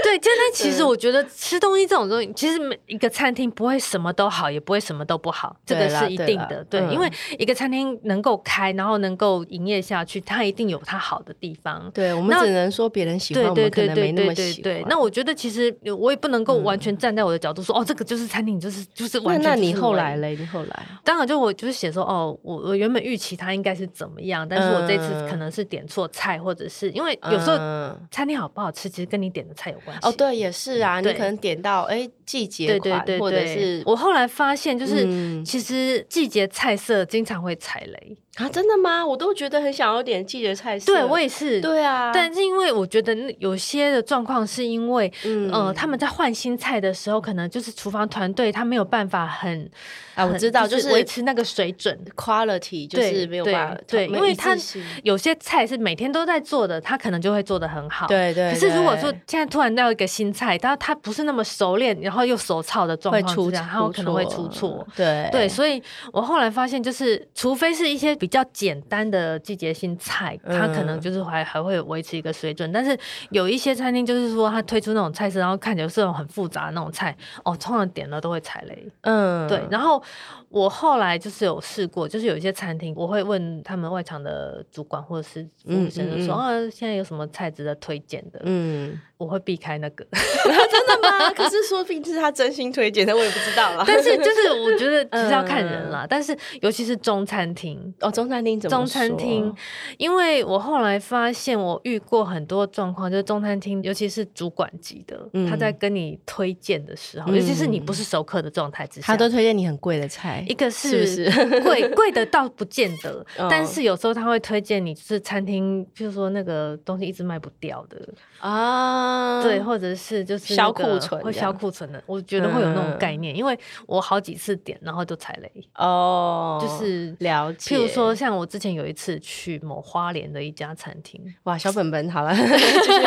[SPEAKER 2] 对，现在其
[SPEAKER 1] 嗯
[SPEAKER 2] 实我觉得吃东西这种东西，其实每一个餐厅不会什么都好，也不会什么都不好，这
[SPEAKER 1] 对
[SPEAKER 2] 个
[SPEAKER 1] 啦
[SPEAKER 2] 是一
[SPEAKER 1] 对
[SPEAKER 2] 定
[SPEAKER 1] 啦
[SPEAKER 2] 的。对，
[SPEAKER 1] 嗯
[SPEAKER 2] 因为一个餐厅能够开，然后能够营业下去，它一定有它好的地方。
[SPEAKER 1] 对，我们
[SPEAKER 2] 那
[SPEAKER 1] 只能说别人喜欢，
[SPEAKER 2] 对
[SPEAKER 1] 我
[SPEAKER 2] 对
[SPEAKER 1] 们可
[SPEAKER 2] 对
[SPEAKER 1] 能没
[SPEAKER 2] 对
[SPEAKER 1] 那
[SPEAKER 2] 对
[SPEAKER 1] 么
[SPEAKER 2] 对
[SPEAKER 1] 喜
[SPEAKER 2] 对
[SPEAKER 1] 欢。，
[SPEAKER 2] 那我觉得其实呃我也不能够完全站在我的角度说，哦，这个就是餐厅，就是就是
[SPEAKER 1] 那
[SPEAKER 2] 完全。
[SPEAKER 1] 嗯那你后来？嘞？你后来
[SPEAKER 2] 当然，就我就是写说，哦，我我原本预期它应该是怎么样，但是我这次
[SPEAKER 1] 嗯
[SPEAKER 2] 可能是点错菜，或者是因为有时候
[SPEAKER 1] 嗯
[SPEAKER 2] 餐厅好不好吃，其实跟你点的菜有关系。
[SPEAKER 1] 哦哦，对，也是啊，你
[SPEAKER 2] 嗯对
[SPEAKER 1] 可能点到哎、季节
[SPEAKER 2] 对对
[SPEAKER 1] 款，
[SPEAKER 2] 对
[SPEAKER 1] 或者
[SPEAKER 2] 对
[SPEAKER 1] 是，
[SPEAKER 2] 我后来发现就是。
[SPEAKER 1] 嗯
[SPEAKER 2] 其实季节菜色经常会踩雷，
[SPEAKER 1] 啊，真的吗？我都觉得很想要点季节菜啊色。
[SPEAKER 2] 对我也是。
[SPEAKER 1] 对啊，
[SPEAKER 2] 但是因为我觉得那有些的状况是因为，
[SPEAKER 1] 嗯
[SPEAKER 2] 呃，他们在换新菜的时候，可能就是厨房团队他没有办法很
[SPEAKER 1] 啊，我
[SPEAKER 2] 很
[SPEAKER 1] 知道，就
[SPEAKER 2] 维
[SPEAKER 1] 是
[SPEAKER 2] 持那个水准。
[SPEAKER 1] quality 就
[SPEAKER 2] 对
[SPEAKER 1] 是没有
[SPEAKER 2] 对
[SPEAKER 1] 办法，
[SPEAKER 2] 对
[SPEAKER 1] 没
[SPEAKER 2] 因为
[SPEAKER 1] 一致
[SPEAKER 2] 它
[SPEAKER 1] 性
[SPEAKER 2] 有些菜是每天都在做的，他可能就会做的很好。。
[SPEAKER 1] 对对，
[SPEAKER 2] 可是如果
[SPEAKER 1] 对
[SPEAKER 2] 说现在突然到一个新菜，但他不是那么熟练，然后又手操的状
[SPEAKER 1] 会
[SPEAKER 2] 况
[SPEAKER 1] 出
[SPEAKER 2] 之下，他有可能会出错。，
[SPEAKER 1] 对
[SPEAKER 2] 对，所以我后来发现，就是除非是一些比较简单的季节性菜，它可能
[SPEAKER 1] 嗯
[SPEAKER 2] 就是还还会维持一个水准。但是有一些餐厅就是说，它推出那种菜色，然后看起来是那种很复杂的那种菜，哦，通常点了都会踩雷。
[SPEAKER 1] 嗯
[SPEAKER 2] 对，然后我后来就是有试过，就是有一些餐厅，我会问他们外场的主管或者是服务生，就说
[SPEAKER 1] 嗯
[SPEAKER 2] 啊，现在有什么菜值得推荐的，
[SPEAKER 1] 嗯，
[SPEAKER 2] 我会避开那个。
[SPEAKER 1] 真的 吗？可是说不定是他真心推荐的，我也不知道 啦。
[SPEAKER 2] 但是就是我觉得就是要看人
[SPEAKER 1] 嗯
[SPEAKER 2] 啦，但是尤其是中餐厅，
[SPEAKER 1] 哦，中餐厅怎么
[SPEAKER 2] 中餐厅
[SPEAKER 1] 说，啊
[SPEAKER 2] 因为我后来发现，我遇过很多状况，就是中餐厅，尤其是主管级的，
[SPEAKER 1] 嗯
[SPEAKER 2] 他在跟你推荐的时候，尤其是你不是熟客的状态之下，
[SPEAKER 1] 他都推荐你很贵的菜
[SPEAKER 2] 一，个
[SPEAKER 1] 是不
[SPEAKER 2] 是
[SPEAKER 1] 是
[SPEAKER 2] 贵贵 的倒不见得
[SPEAKER 1] 哦，
[SPEAKER 2] 但是有时候他会推荐你，就是餐厅，譬如说那个东西一直卖不掉的，
[SPEAKER 1] 啊
[SPEAKER 2] 对，或者是就是
[SPEAKER 1] 消
[SPEAKER 2] 那个
[SPEAKER 1] 库存
[SPEAKER 2] 会
[SPEAKER 1] 这
[SPEAKER 2] 消
[SPEAKER 1] 样
[SPEAKER 2] 库存的，我觉得会有那种
[SPEAKER 1] 嗯
[SPEAKER 2] 概念，因为我好几次点，然后都踩雷，
[SPEAKER 1] 哦，
[SPEAKER 2] 就是
[SPEAKER 1] 了解。
[SPEAKER 2] 譬如说，像我之前有一次去某花莲的一家餐厅，
[SPEAKER 1] 哇，小本本 好了，就是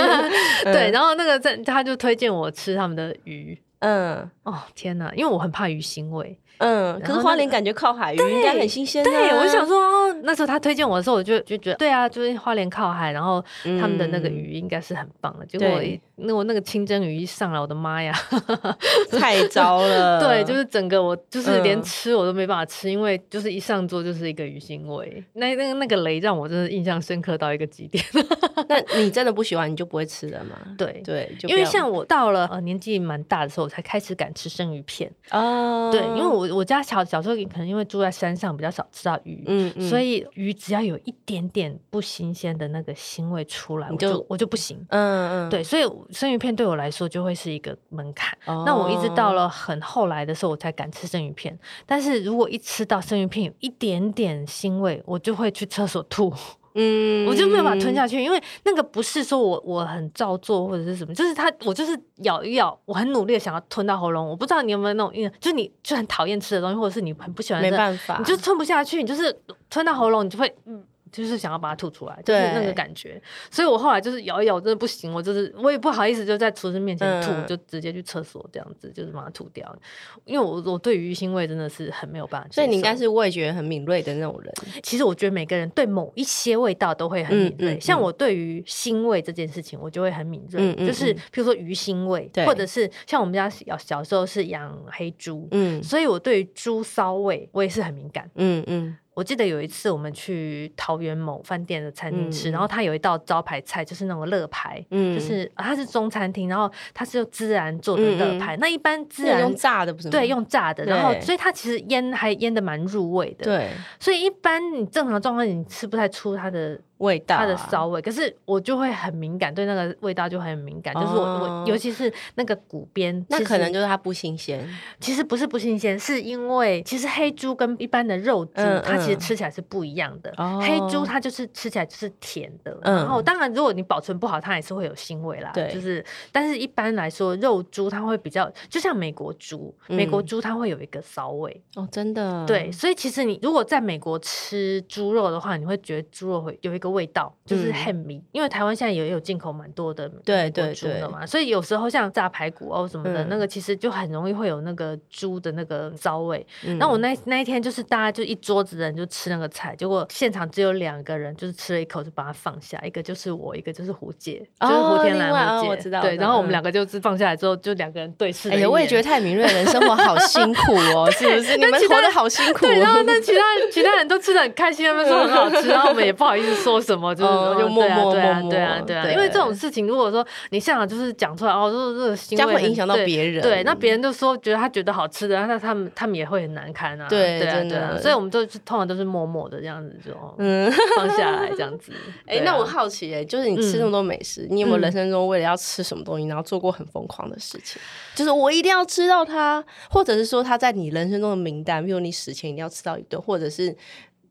[SPEAKER 2] 对，，然后那个在他就推荐我吃他们的鱼。
[SPEAKER 1] 嗯
[SPEAKER 2] 哦天哪，因为我很怕鱼腥味。
[SPEAKER 1] 嗯，
[SPEAKER 2] 然
[SPEAKER 1] 可是
[SPEAKER 2] 后
[SPEAKER 1] 花
[SPEAKER 2] 那
[SPEAKER 1] 莲
[SPEAKER 2] 个
[SPEAKER 1] 感觉靠海，鱼应该很新鲜啊。
[SPEAKER 2] 对，我就想说，哦那时候他推荐我的时候，我就就觉得，对啊，就是花莲靠海，然后他们的那个
[SPEAKER 1] 嗯
[SPEAKER 2] 鱼应该是很棒的。结果我
[SPEAKER 1] 对
[SPEAKER 2] 一那我那个清蒸鱼一上来，我的妈呀！
[SPEAKER 1] 太糟了，
[SPEAKER 2] 对，就是整个我就是连
[SPEAKER 1] 呃嗯
[SPEAKER 2] 吃我都没办法吃，因为就是一上桌就是一个鱼腥味。那那个那个雷让我真的印象深刻到一个极点。
[SPEAKER 1] 那你真的不喜欢，你就不会吃了嘛？
[SPEAKER 2] 对。
[SPEAKER 1] 对，就
[SPEAKER 2] 因为
[SPEAKER 1] 不要
[SPEAKER 2] 像我到了呃年纪蛮大的时候，我才开始敢吃生鱼片。
[SPEAKER 1] 哦，
[SPEAKER 2] 对，因为我我家小小时候可能因为住在山上，比较少吃到鱼，
[SPEAKER 1] 嗯嗯
[SPEAKER 2] 所以鱼只要有一点点不新鲜的那个腥味出来，
[SPEAKER 1] 你
[SPEAKER 2] 我
[SPEAKER 1] 就
[SPEAKER 2] 就我就不行。
[SPEAKER 1] 嗯嗯
[SPEAKER 2] 对，所以生鱼片对我来说就会是一个门槛。
[SPEAKER 1] 哦
[SPEAKER 2] 那我一直到了很后来的时候，我才敢吃生鱼片。但是如果一吃到生鱼片有一点点腥味，我就会去厕所吐，
[SPEAKER 1] 嗯
[SPEAKER 2] 我就没有把它吞下去，因为那个不是说我我很照做或者是什么，就是它我就是咬一咬，我很努力的想要吞到喉咙。我不知道你有没有那种印象，就是你就很讨厌吃的东西，或者是你很不喜欢
[SPEAKER 1] 没
[SPEAKER 2] 的，
[SPEAKER 1] 办法，
[SPEAKER 2] 你就吞不下去，你就是吞到喉咙，你就会嗯。就是想要把它吐出来，就是
[SPEAKER 1] 对
[SPEAKER 2] 那个感觉。所以我后来就是咬一咬，真的不行，我就是我也不好意思，就在厨师面前吐，
[SPEAKER 1] 嗯
[SPEAKER 2] 就直接去厕所这样子，就是把它吐掉。因为我我对于鱼腥味真的是很没有办法接受。
[SPEAKER 1] 所以你应该是味觉很敏锐的那种人，
[SPEAKER 2] 其实我觉得每个人对某一些味道都会很敏
[SPEAKER 1] 嗯
[SPEAKER 2] 锐，
[SPEAKER 1] 嗯
[SPEAKER 2] 像我对于腥味这件事情，我就会很敏锐，
[SPEAKER 1] 嗯嗯
[SPEAKER 2] 就是
[SPEAKER 1] 嗯
[SPEAKER 2] 譬如说鱼腥味
[SPEAKER 1] 对，
[SPEAKER 2] 或者是像我们家小小时候是养黑猪，
[SPEAKER 1] 嗯
[SPEAKER 2] 所以我对于猪骚味我也是很敏感。
[SPEAKER 1] 嗯嗯，
[SPEAKER 2] 我记得有一次我们去桃园某饭店的餐厅吃，
[SPEAKER 1] 嗯
[SPEAKER 2] 然后它有一道招牌菜就是那种乐牌。
[SPEAKER 1] 嗯
[SPEAKER 2] 就是、啊它是中餐厅，然后它是用孜然做的乐牌。那一般孜
[SPEAKER 1] 那
[SPEAKER 2] 然
[SPEAKER 1] 用炸嗯的不是吗？
[SPEAKER 2] 对用炸的，然后
[SPEAKER 1] 对
[SPEAKER 2] 所以它其实腌还腌的蛮入味的。
[SPEAKER 1] 对
[SPEAKER 2] 所以一般你正常状况你吃不太出它的
[SPEAKER 1] 味道啊，
[SPEAKER 2] 它的骚味，可是我就会很敏感，对那个味道就很敏感，就是我
[SPEAKER 1] 哦
[SPEAKER 2] 我尤其是那个骨边，
[SPEAKER 1] 那
[SPEAKER 2] 其实
[SPEAKER 1] 可能就是它不新鲜，
[SPEAKER 2] 其实不是不新鲜，是因为其实黑猪跟一般的肉猪，
[SPEAKER 1] 嗯
[SPEAKER 2] 它其实
[SPEAKER 1] 嗯
[SPEAKER 2] 吃起来是不一样的。
[SPEAKER 1] 哦
[SPEAKER 2] 黑猪它就是吃起来就是甜的，
[SPEAKER 1] 嗯
[SPEAKER 2] 然后当然如果你保存不好，它也是会有腥味啦。
[SPEAKER 1] 对
[SPEAKER 2] 就是但是一般来说，肉猪它会比较，就像美国猪，美国
[SPEAKER 1] 嗯
[SPEAKER 2] 猪它会有一个骚味，
[SPEAKER 1] 哦，真的，
[SPEAKER 2] 对，，所以其实你如果在美国吃猪肉的话，你会觉得猪肉会有一个味道，就是
[SPEAKER 1] 嗯
[SPEAKER 2] ham 味、因为台湾现在也有进口蛮多的
[SPEAKER 1] 对
[SPEAKER 2] 美国
[SPEAKER 1] 对
[SPEAKER 2] 猪
[SPEAKER 1] 对
[SPEAKER 2] 的嘛，所以有时候像炸排骨哦什么的、
[SPEAKER 1] 嗯
[SPEAKER 2] 那个，其实就很容易会有那个猪的那个骚味。
[SPEAKER 1] 嗯
[SPEAKER 2] 那我那那一天就是大家就一桌子人就吃那个菜，结果现场只有两个人就是吃了一口就把它放下，一个就是我，一个就是胡姐，就是
[SPEAKER 1] 哦
[SPEAKER 2] 胡天
[SPEAKER 1] 另外
[SPEAKER 2] 兰
[SPEAKER 1] 哦
[SPEAKER 2] 胡姐、
[SPEAKER 1] 我知道我
[SPEAKER 2] 对，
[SPEAKER 1] 知
[SPEAKER 2] 然后
[SPEAKER 1] 道
[SPEAKER 2] 我们
[SPEAKER 1] 嗯
[SPEAKER 2] 两个就是放下来之后，就两个人对视了
[SPEAKER 1] 哎
[SPEAKER 2] 一眼。
[SPEAKER 1] 呀，我也觉得太敏锐了，生活好辛苦 哦，是不是？你
[SPEAKER 2] 那
[SPEAKER 1] 们
[SPEAKER 2] 其他
[SPEAKER 1] 活得好辛苦，哦
[SPEAKER 2] 对，然后那其他其他人都吃的很开心，他们说很好吃，然后我们也不好意思说说什么，就是
[SPEAKER 1] 哦
[SPEAKER 2] 说
[SPEAKER 1] 就默默
[SPEAKER 2] 对啊
[SPEAKER 1] 默默
[SPEAKER 2] 对啊对啊对
[SPEAKER 1] 对
[SPEAKER 2] 啊，因为这种事情，如果说你现场就是讲出来哦，说这个
[SPEAKER 1] 这
[SPEAKER 2] 行为
[SPEAKER 1] 样会
[SPEAKER 2] 很
[SPEAKER 1] 影响到
[SPEAKER 2] 对
[SPEAKER 1] 别人。
[SPEAKER 2] 对，那别人就说觉得他觉得好吃的，那他们他们也会很难堪啊。
[SPEAKER 1] 对
[SPEAKER 2] 对啊
[SPEAKER 1] 真的
[SPEAKER 2] 对啊，所以我们就是通常都是默默的这样子就哦
[SPEAKER 1] 嗯，
[SPEAKER 2] 放下来这 样子。
[SPEAKER 1] 哎、
[SPEAKER 2] 对啊
[SPEAKER 1] 那我好奇哎、就是你吃那么多美食，你有没有人嗯生中为了要吃什么东西，然后做过很疯狂的事情？就是我一定要吃到它，或者是说它在你人生中的名单，比如你死前一定要吃到一顿，或者是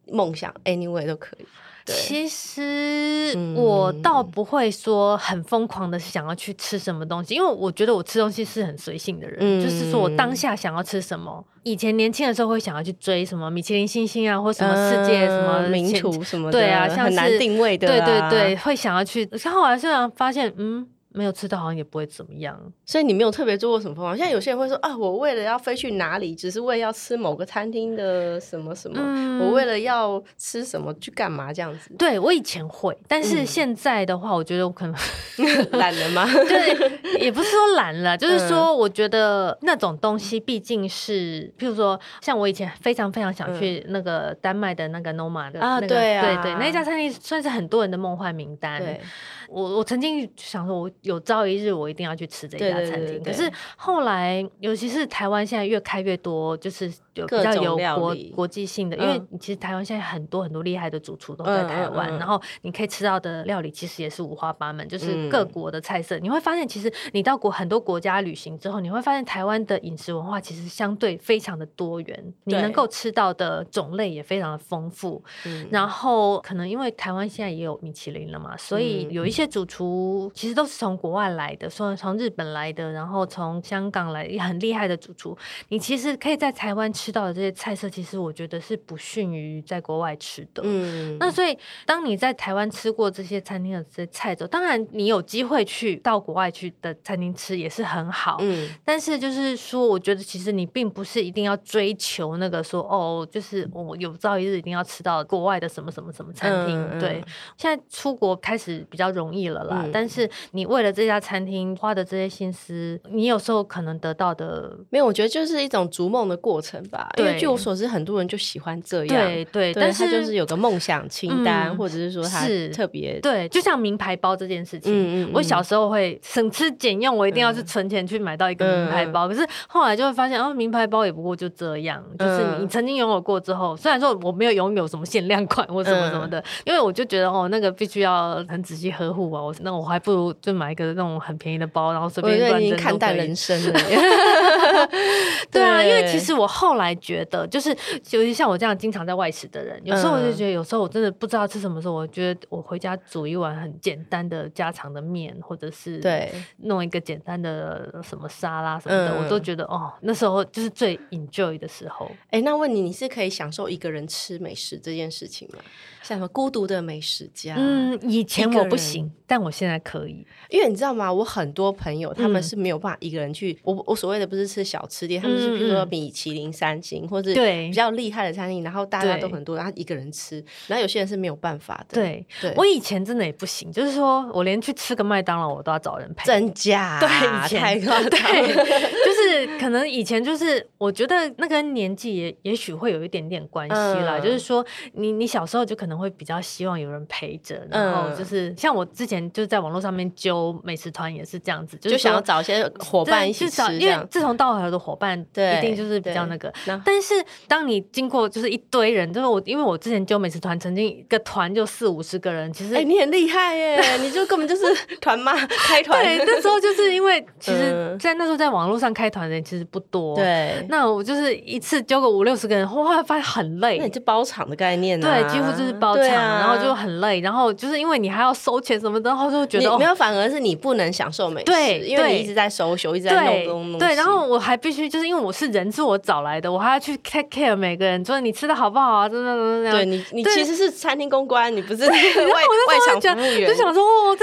[SPEAKER 1] 梦想，anyway 都可以。对，
[SPEAKER 2] 其实
[SPEAKER 1] 嗯
[SPEAKER 2] 我倒不会说很疯狂的想要去吃什么东西，因为我觉得我吃东西是很随性的人，
[SPEAKER 1] 嗯
[SPEAKER 2] 就是说我当下想要吃什么。以前年轻的时候会想要去追什么米其林星星啊，或
[SPEAKER 1] 呃
[SPEAKER 2] 什么世界什么
[SPEAKER 1] 嗯名
[SPEAKER 2] 前
[SPEAKER 1] 厨什么的，
[SPEAKER 2] 对啊像
[SPEAKER 1] 很难
[SPEAKER 2] 是
[SPEAKER 1] 定位的、
[SPEAKER 2] 对对对，，会想要去。可是后来虽然发现，嗯，没有吃到好像也不会怎么样。
[SPEAKER 1] 所以你没有特别做过什么疯狂。像有些人会说啊，我为了要飞去哪里，只是为了要吃某个餐厅的什么什么，
[SPEAKER 2] 嗯，
[SPEAKER 1] 我为了要吃什么去干嘛这样子
[SPEAKER 2] 对我以前会，但是
[SPEAKER 1] 嗯
[SPEAKER 2] 现在的话，我觉得我可能
[SPEAKER 1] 懒人吗？
[SPEAKER 2] 对， 也不是说懒了，就是
[SPEAKER 1] 嗯
[SPEAKER 2] 说我觉得那种东西毕竟是，譬如说像我以前非常非常想去那个丹麦的那个 Noma 的
[SPEAKER 1] 嗯啊
[SPEAKER 2] 那个
[SPEAKER 1] 对啊
[SPEAKER 2] 对对，那一家餐厅算是很多人的梦幻名单。
[SPEAKER 1] 对，
[SPEAKER 2] 我我曾经想说，我有朝一日我一定要去吃这
[SPEAKER 1] 对
[SPEAKER 2] 家
[SPEAKER 1] 对
[SPEAKER 2] 餐
[SPEAKER 1] 对
[SPEAKER 2] 厅。
[SPEAKER 1] 对
[SPEAKER 2] 可是后来，尤其是台湾现在越开越多，就是有比
[SPEAKER 1] 各
[SPEAKER 2] 较
[SPEAKER 1] 种
[SPEAKER 2] 有
[SPEAKER 1] 料
[SPEAKER 2] 国
[SPEAKER 1] 理
[SPEAKER 2] 国际性的，因为其实台湾现在很多很多厉害的主厨都在
[SPEAKER 1] 嗯
[SPEAKER 2] 台
[SPEAKER 1] 嗯
[SPEAKER 2] 湾，
[SPEAKER 1] 嗯
[SPEAKER 2] 然后你可以吃到的料理其实也是五花八门，就是
[SPEAKER 1] 嗯
[SPEAKER 2] 各国的菜色。你会发现，其实你到国很多国家旅行之后，你会发现台湾的饮食文化其实相对非常的多元，你
[SPEAKER 1] 对
[SPEAKER 2] 能够吃到的种类也非常的丰富。
[SPEAKER 1] 嗯
[SPEAKER 2] 然后可能因为台湾现在也有米其林了嘛，所以
[SPEAKER 1] 嗯
[SPEAKER 2] 有一些主厨其实都是从国外来的，说从日本来的，然后从香港来也很厉害的主厨，你其实可以在台湾吃到的这些菜色，其实我觉得是不逊于在国外吃的。
[SPEAKER 1] 嗯
[SPEAKER 2] 那所以，当你在台湾吃过这些餐厅的这些菜之后，当然你有机会去到国外去的餐厅吃也是很好，
[SPEAKER 1] 嗯
[SPEAKER 2] 但是就是说，我觉得其实你并不是一定要追求那个说哦，就是我有朝一日一定要吃到国外的什么什么什么餐厅。
[SPEAKER 1] 嗯嗯
[SPEAKER 2] 对，现在出国开始比较容易了啦，
[SPEAKER 1] 嗯
[SPEAKER 2] 但是你为了这家餐厅花的这些心思，你有时候可能得到的。
[SPEAKER 1] 没有，我觉得就是一种逐梦的过程吧。因为
[SPEAKER 2] 对
[SPEAKER 1] 据我所知，很多人就喜欢这样。
[SPEAKER 2] 对对，
[SPEAKER 1] 对
[SPEAKER 2] 但
[SPEAKER 1] 他就是有个梦想清单，
[SPEAKER 2] 嗯
[SPEAKER 1] 或者是说他
[SPEAKER 2] 是
[SPEAKER 1] 特别
[SPEAKER 2] 对，就像名牌包这件事
[SPEAKER 1] 嗯
[SPEAKER 2] 情，
[SPEAKER 1] 嗯嗯嗯
[SPEAKER 2] 我小时候会省吃俭用，我一定要去存钱去买到一个名牌包。可是后来就会发现，哦，名牌包也不过就这样，就是
[SPEAKER 1] 嗯
[SPEAKER 2] 你曾经拥有过之后，虽然说我没有拥有什么限量款或什么什么
[SPEAKER 1] 嗯
[SPEAKER 2] 的，因为我就觉得哦，那个必须要很仔细呵护啊。我那我还不如就买一个那种很便宜的包，然后随
[SPEAKER 1] 嗯我
[SPEAKER 2] 便
[SPEAKER 1] 觉
[SPEAKER 2] 乱
[SPEAKER 1] 得
[SPEAKER 2] 扔
[SPEAKER 1] 已经
[SPEAKER 2] 都
[SPEAKER 1] 看淡
[SPEAKER 2] 可以
[SPEAKER 1] 人生 了。
[SPEAKER 2] 对啊，因为
[SPEAKER 1] 对
[SPEAKER 2] 其实我后来觉得，就是尤其像我这样经常在外食的人，有时候我
[SPEAKER 1] 嗯
[SPEAKER 2] 就觉得，有时候我真的不知道吃什么时候，我觉得我回家煮一碗很简单的家常的面，或者是
[SPEAKER 1] 对，
[SPEAKER 2] 弄一个简单的什么沙拉什么的，
[SPEAKER 1] 嗯
[SPEAKER 2] 我都觉得哦，那时候就是最 enjoy 的时候。
[SPEAKER 1] 哎，那问你，你是可以享受一个人吃美食这件事情吗？像什么孤独的美食家？嗯，
[SPEAKER 2] 嗯，以前
[SPEAKER 1] 一个
[SPEAKER 2] 我
[SPEAKER 1] 人
[SPEAKER 2] 不行，但我现在可以。
[SPEAKER 1] 因为你知道吗？我很多朋友他们
[SPEAKER 2] 嗯
[SPEAKER 1] 是没有办法一个人去。我我所谓的不是吃小吃店，他们
[SPEAKER 2] 嗯
[SPEAKER 1] 是比如说
[SPEAKER 2] 嗯
[SPEAKER 1] 米其林三星，或者
[SPEAKER 2] 对
[SPEAKER 1] 比较厉害的餐厅，然后大家都
[SPEAKER 2] 对
[SPEAKER 1] 很多，然后一个人吃。然后有些人是没有办法的。
[SPEAKER 2] 对
[SPEAKER 1] 对，
[SPEAKER 2] 我以前真的也不行，就是说我连去吃个麦当劳我都要找人陪。
[SPEAKER 1] 真假？
[SPEAKER 2] 对以前
[SPEAKER 1] 太夸张
[SPEAKER 2] 对
[SPEAKER 1] 了。，
[SPEAKER 2] 就是可能以前就是，我觉得那跟年纪也也许会有一点点关系啦。
[SPEAKER 1] 嗯
[SPEAKER 2] 就是说你，你小时候就可能会比较希望有人陪着，然后
[SPEAKER 1] 嗯
[SPEAKER 2] 就是、像我之前就在网络上面揪美食团也是这样子，就
[SPEAKER 1] 就是想要
[SPEAKER 2] 说
[SPEAKER 1] 找一些伙伴一起
[SPEAKER 2] 对
[SPEAKER 1] 吃
[SPEAKER 2] 至少
[SPEAKER 1] 这
[SPEAKER 2] 因为
[SPEAKER 1] 样。
[SPEAKER 2] 志同道合的伙伴
[SPEAKER 1] 对
[SPEAKER 2] 一定就是比较那个
[SPEAKER 1] 对那。
[SPEAKER 2] 但是当你经过就是一堆人，就是我因为我之前揪美食团，曾经一个团就四五十个人，其实
[SPEAKER 1] 哎、你很厉害耶！你就根本就是 团妈开团，
[SPEAKER 2] 对，那时候就是 因为其实
[SPEAKER 1] 嗯，
[SPEAKER 2] 在那时候在网络上开团的人其实不多，。
[SPEAKER 1] 对那
[SPEAKER 2] 那我就是一次揪个五六十个人，后来发现很
[SPEAKER 1] 那你
[SPEAKER 2] 累。
[SPEAKER 1] 就包场的概念、啊，
[SPEAKER 2] 对，几乎就是包场，
[SPEAKER 1] 对啊、
[SPEAKER 2] 然后就很累，然后就是因为你还要收钱什么的，然后就觉
[SPEAKER 1] 你
[SPEAKER 2] 得哦
[SPEAKER 1] 没有，反而是你不能享受美食，
[SPEAKER 2] 对
[SPEAKER 1] 因为
[SPEAKER 2] 对
[SPEAKER 1] 你一直在收修，一直在弄
[SPEAKER 2] 对
[SPEAKER 1] 东弄
[SPEAKER 2] 对，
[SPEAKER 1] 西
[SPEAKER 2] 然后我还必须就是因为我是人是我找来的，我还要去 take care 每个人，就是你吃的好不好啊，真的真的
[SPEAKER 1] 对
[SPEAKER 2] 真的。
[SPEAKER 1] 你，你
[SPEAKER 2] 对
[SPEAKER 1] 其实是餐厅公关，你不是外 外
[SPEAKER 2] 那时
[SPEAKER 1] 场
[SPEAKER 2] 候就觉
[SPEAKER 1] 服务员，
[SPEAKER 2] 就想说哦，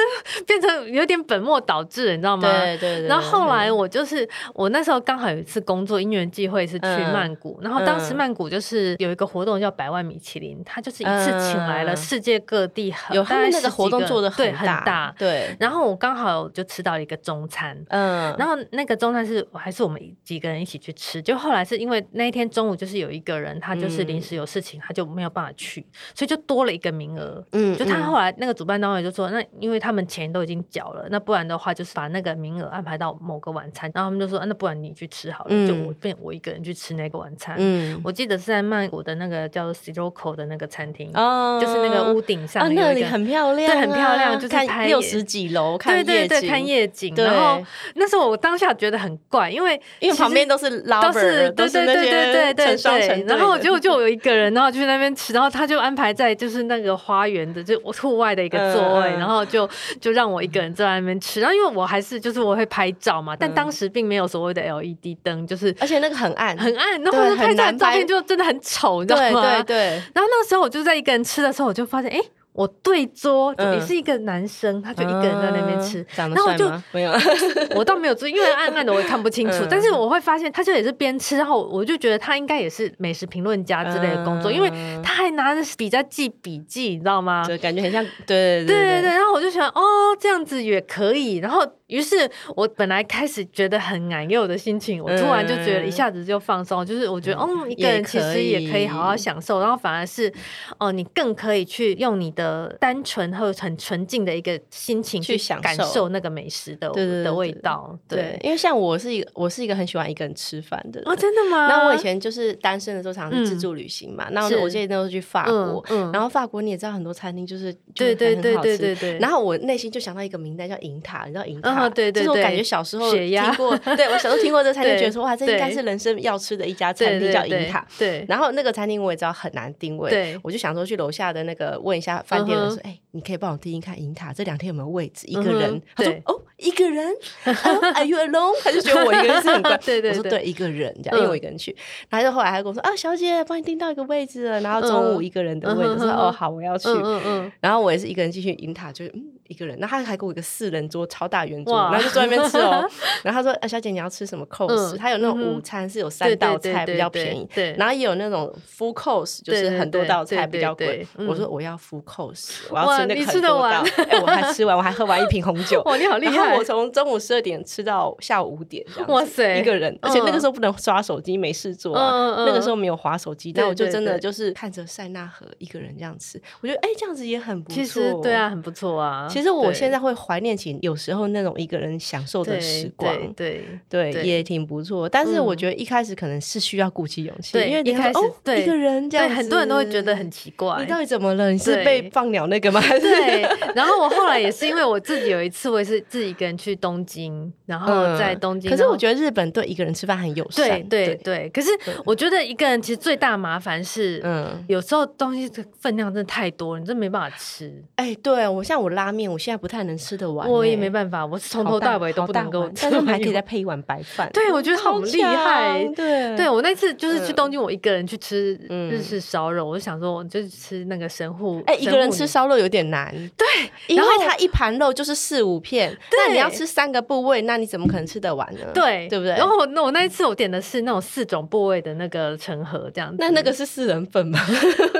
[SPEAKER 2] 这变成有点本末倒置了，你知道吗？
[SPEAKER 1] 对对对。嗯
[SPEAKER 2] 然后后来
[SPEAKER 1] 对
[SPEAKER 2] 我就是我那时候刚好有一次工作因缘际会是去
[SPEAKER 1] 嗯
[SPEAKER 2] 曼谷，然后当时
[SPEAKER 1] 嗯
[SPEAKER 2] 曼谷就是有一个活动叫百万米其林，他就是一次请来了
[SPEAKER 1] 嗯
[SPEAKER 2] 世界各地很
[SPEAKER 1] 有他
[SPEAKER 2] 大概
[SPEAKER 1] 们那个
[SPEAKER 2] 十几
[SPEAKER 1] 活动做得
[SPEAKER 2] 对
[SPEAKER 1] 很大大，
[SPEAKER 2] 大
[SPEAKER 1] 对，
[SPEAKER 2] 然后我刚好就吃到了一个中餐，
[SPEAKER 1] 嗯，
[SPEAKER 2] 然后那个中餐是还是我们几个人一起去吃，就后来是因为那一天中午就是有一个人他就是临时有事情，他就没有办法去，所以就多了一个名额。
[SPEAKER 1] 嗯
[SPEAKER 2] 就他
[SPEAKER 1] 嗯
[SPEAKER 2] 后来那个主办单位就说，那因为他们钱都已经缴了，那不然的话就是把那个名额安排到某个晚餐，然后他们就说，啊那不然你去吃好了，就
[SPEAKER 1] 嗯
[SPEAKER 2] 我变我一个人去吃那个晚餐。
[SPEAKER 1] 嗯，
[SPEAKER 2] 我记得是在曼谷的那个叫做 Sirocco 的那个餐厅，
[SPEAKER 1] 哦
[SPEAKER 2] 就是那个屋顶上
[SPEAKER 1] 啊，
[SPEAKER 2] 有一个、
[SPEAKER 1] 那里很漂亮啊，
[SPEAKER 2] 对很漂亮就是
[SPEAKER 1] 看
[SPEAKER 2] 拍
[SPEAKER 1] 六
[SPEAKER 2] 夜
[SPEAKER 1] 十几楼，看
[SPEAKER 2] 对对对，
[SPEAKER 1] 景
[SPEAKER 2] 看，夜景。
[SPEAKER 1] 对
[SPEAKER 2] 然后那时候我当下觉得很怪，因为
[SPEAKER 1] 因为
[SPEAKER 2] 其实
[SPEAKER 1] 旁边都是 lover，
[SPEAKER 2] 都是对
[SPEAKER 1] 都
[SPEAKER 2] 对
[SPEAKER 1] 那
[SPEAKER 2] 对
[SPEAKER 1] 些
[SPEAKER 2] 对对对
[SPEAKER 1] 成双成
[SPEAKER 2] 对
[SPEAKER 1] 对，的
[SPEAKER 2] 然后我就就有一个人，然后去那边吃，然后他就安排在就是那个花园的就户外的一个座位，
[SPEAKER 1] 嗯嗯
[SPEAKER 2] 然后就就让我一个人坐在那边吃。然后因为我还是就是我会拍照嘛，但
[SPEAKER 1] 嗯
[SPEAKER 2] 当时并没有所谓的 LED 灯，就是
[SPEAKER 1] 而且那个很暗，
[SPEAKER 2] 很暗，然后
[SPEAKER 1] 对
[SPEAKER 2] 就拍
[SPEAKER 1] 很
[SPEAKER 2] 照的
[SPEAKER 1] 难
[SPEAKER 2] 照
[SPEAKER 1] 拍
[SPEAKER 2] 片就真的很丑，你知道
[SPEAKER 1] 对
[SPEAKER 2] 吗？
[SPEAKER 1] 对对，
[SPEAKER 2] 然后那时候我就在一个人吃的时候，我就发现，哎、我对桌
[SPEAKER 1] 嗯
[SPEAKER 2] 也是一个男生，他就一个人在那边吃
[SPEAKER 1] 嗯。长得
[SPEAKER 2] 然后
[SPEAKER 1] 帅
[SPEAKER 2] 我就
[SPEAKER 1] 吗？没有，
[SPEAKER 2] 我倒没有注意，因为暗暗的我也看不清楚。
[SPEAKER 1] 嗯
[SPEAKER 2] 但是我会发现，他就也是边吃，然后我就觉得他应该也是美食评论家之类的工作，因为
[SPEAKER 1] 嗯
[SPEAKER 2] 他还拿着笔在记笔记，你知道吗？
[SPEAKER 1] 就感觉很像，对对
[SPEAKER 2] 对对
[SPEAKER 1] 对
[SPEAKER 2] 对，然后我就想，哦，这样子也可以。然后，于是我本来开始觉得很难有的心情，我突然就觉得
[SPEAKER 1] 嗯
[SPEAKER 2] 一下子就放松，就是我觉得，哦，一个人其实也可以好好享受，然后反而是，哦，你更可以去用你的单纯和很纯净的一个心情
[SPEAKER 1] 去享受
[SPEAKER 2] 感受那个美食的
[SPEAKER 1] 对对对
[SPEAKER 2] 的味
[SPEAKER 1] 对对
[SPEAKER 2] 道，
[SPEAKER 1] 对，。因为像我是一个，我是一个很喜欢一个人吃饭的人
[SPEAKER 2] 哦，。真的吗？
[SPEAKER 1] 那我以前就是单身的时候，常常是自
[SPEAKER 2] 嗯
[SPEAKER 1] 助旅行嘛。那
[SPEAKER 2] 是
[SPEAKER 1] 我记得那时候去法国，
[SPEAKER 2] 嗯
[SPEAKER 1] 然后法国你也知道很多餐厅就是
[SPEAKER 2] 对对
[SPEAKER 1] 就是很
[SPEAKER 2] 对
[SPEAKER 1] 好
[SPEAKER 2] 对
[SPEAKER 1] 吃
[SPEAKER 2] 对对，
[SPEAKER 1] 然
[SPEAKER 2] 后
[SPEAKER 1] 后我内心就想到一个名单叫银塔，你知道银
[SPEAKER 2] 嗯
[SPEAKER 1] 塔？
[SPEAKER 2] 对
[SPEAKER 1] 就
[SPEAKER 2] 对
[SPEAKER 1] 是我感
[SPEAKER 2] 对
[SPEAKER 1] 觉小时候
[SPEAKER 2] 血
[SPEAKER 1] 听
[SPEAKER 2] 压
[SPEAKER 1] 过，对我小时候听过这餐厅，
[SPEAKER 2] 对
[SPEAKER 1] 觉得说哇，这应该
[SPEAKER 2] 对
[SPEAKER 1] 是人生要吃的一家餐
[SPEAKER 2] 对
[SPEAKER 1] 厅
[SPEAKER 2] 对
[SPEAKER 1] 叫银塔。，
[SPEAKER 2] 对对
[SPEAKER 1] 然后那个餐厅我也知道很难定位，
[SPEAKER 2] 对
[SPEAKER 1] 我就想说去楼下的那个问一下饭店人
[SPEAKER 2] 嗯哼
[SPEAKER 1] 说，哎、你可以帮我订一看银塔这两天有没有位置？一
[SPEAKER 2] 嗯哼
[SPEAKER 1] 个人，他说
[SPEAKER 2] 对
[SPEAKER 1] 哦，一个人、哦、，Are you alone？他就觉得我一个人是很怪，
[SPEAKER 2] 对对
[SPEAKER 1] 我说
[SPEAKER 2] 对
[SPEAKER 1] 对，一个人这样，因为
[SPEAKER 2] 嗯
[SPEAKER 1] 我一个人去，然后就后来他就跟我说啊，小姐，帮你订到一个位置了，然后中午
[SPEAKER 2] 嗯
[SPEAKER 1] 一个人的位置，
[SPEAKER 2] 嗯哼
[SPEAKER 1] 我说
[SPEAKER 2] 哼
[SPEAKER 1] 哦好，我要去。
[SPEAKER 2] 嗯嗯嗯，
[SPEAKER 1] 然后我也是一个人进去银塔，就是嗯一个人。那他还给我一个四人桌，超大圆桌，
[SPEAKER 2] 哇
[SPEAKER 1] 然后就坐在那边吃 哦。然后他说：“呃、小姐，你要吃什么 course？”
[SPEAKER 2] 嗯
[SPEAKER 1] 他有那种
[SPEAKER 2] 嗯哼
[SPEAKER 1] 午餐是有三
[SPEAKER 2] 对
[SPEAKER 1] 道
[SPEAKER 2] 对
[SPEAKER 1] 菜
[SPEAKER 2] 对
[SPEAKER 1] 比较
[SPEAKER 2] 对
[SPEAKER 1] 便宜，
[SPEAKER 2] 对，
[SPEAKER 1] 然后也有那种 full course，就
[SPEAKER 2] 对
[SPEAKER 1] 是
[SPEAKER 2] 对
[SPEAKER 1] 很多道
[SPEAKER 2] 对
[SPEAKER 1] 菜
[SPEAKER 2] 对
[SPEAKER 1] 比较
[SPEAKER 2] 对
[SPEAKER 1] 贵。
[SPEAKER 2] 嗯
[SPEAKER 1] 我说我要 full course，我要
[SPEAKER 2] 哇
[SPEAKER 1] 吃那
[SPEAKER 2] 你
[SPEAKER 1] 个
[SPEAKER 2] 吃
[SPEAKER 1] 很
[SPEAKER 2] 得
[SPEAKER 1] 多
[SPEAKER 2] 完。
[SPEAKER 1] 道， 哎，我还吃完，我还喝完一瓶红酒
[SPEAKER 2] 哇，你好厉
[SPEAKER 1] 然后
[SPEAKER 2] 害
[SPEAKER 1] 我！从中午十二点吃到下午五点，这样子
[SPEAKER 2] 哇塞
[SPEAKER 1] 一个人，而且那个
[SPEAKER 2] 嗯
[SPEAKER 1] 时候不能刷手机，没事做啊。
[SPEAKER 2] 嗯嗯嗯
[SPEAKER 1] 那个时候没有滑手机，但
[SPEAKER 2] 对
[SPEAKER 1] 我就
[SPEAKER 2] 对
[SPEAKER 1] 真的
[SPEAKER 2] 对
[SPEAKER 1] 就是看着塞纳河一个人这样吃，我觉得哎、这样子也很不错。哦
[SPEAKER 2] 其实对啊，，很不错啊。
[SPEAKER 1] 其实我
[SPEAKER 2] 对
[SPEAKER 1] 现在会怀念起有时候那种一个人享受的
[SPEAKER 2] 对
[SPEAKER 1] 时光，
[SPEAKER 2] 对对
[SPEAKER 1] 对，
[SPEAKER 2] 对
[SPEAKER 1] 也挺不错。但是我
[SPEAKER 2] 嗯
[SPEAKER 1] 觉得一开始可能是需要鼓起勇气，
[SPEAKER 2] 对
[SPEAKER 1] 因为你
[SPEAKER 2] 一
[SPEAKER 1] 会
[SPEAKER 2] 开
[SPEAKER 1] 说
[SPEAKER 2] 始
[SPEAKER 1] 哦
[SPEAKER 2] 对
[SPEAKER 1] 一个人这样
[SPEAKER 2] 对，
[SPEAKER 1] 子，
[SPEAKER 2] 很多人都会觉得很奇怪
[SPEAKER 1] 你。 到底怎么了？你是
[SPEAKER 2] 对
[SPEAKER 1] 被放鸟那个吗？还是
[SPEAKER 2] 对，然后我后来也是因为我自己有一次，我也是自己一个人去东京，然后呃在东京，
[SPEAKER 1] 嗯可是
[SPEAKER 2] 然后
[SPEAKER 1] 我觉得日本对一个人吃饭很友
[SPEAKER 2] 对
[SPEAKER 1] 善，
[SPEAKER 2] 对对，可是我觉得一个人其实最大的麻烦是，
[SPEAKER 1] 嗯，
[SPEAKER 2] 有时候东西的分量真的太多了，你真没办法吃。
[SPEAKER 1] 哎，对我像我拉面，我现在不太能吃得完欸，
[SPEAKER 2] 我也没办法，我是从头
[SPEAKER 1] 好大
[SPEAKER 2] 到尾都不能够
[SPEAKER 1] 好大碗
[SPEAKER 2] 吃
[SPEAKER 1] 但
[SPEAKER 2] 完。
[SPEAKER 1] 是我们还可以再配一碗白饭。
[SPEAKER 2] 对我觉得好
[SPEAKER 1] 超
[SPEAKER 2] 厉害欸
[SPEAKER 1] 强对
[SPEAKER 2] 对，我那次就是去
[SPEAKER 1] 嗯
[SPEAKER 2] 东京，我一个人去吃
[SPEAKER 1] 嗯
[SPEAKER 2] 日式烧肉，我就想说，我就吃那个神户。
[SPEAKER 1] 哎，一个人
[SPEAKER 2] 神户
[SPEAKER 1] 吃
[SPEAKER 2] 牛
[SPEAKER 1] 烧肉有点难，对，因
[SPEAKER 2] 然
[SPEAKER 1] 为
[SPEAKER 2] 后
[SPEAKER 1] 它一盘肉就是四五片，那你
[SPEAKER 2] 对
[SPEAKER 1] 要吃三个部位，那你怎么可能吃得完呢？
[SPEAKER 2] 对
[SPEAKER 1] 对不对？
[SPEAKER 2] 然后我那我那一次我点的是那种四种部位的那个成盒这样子，
[SPEAKER 1] 那那个是四人份吗？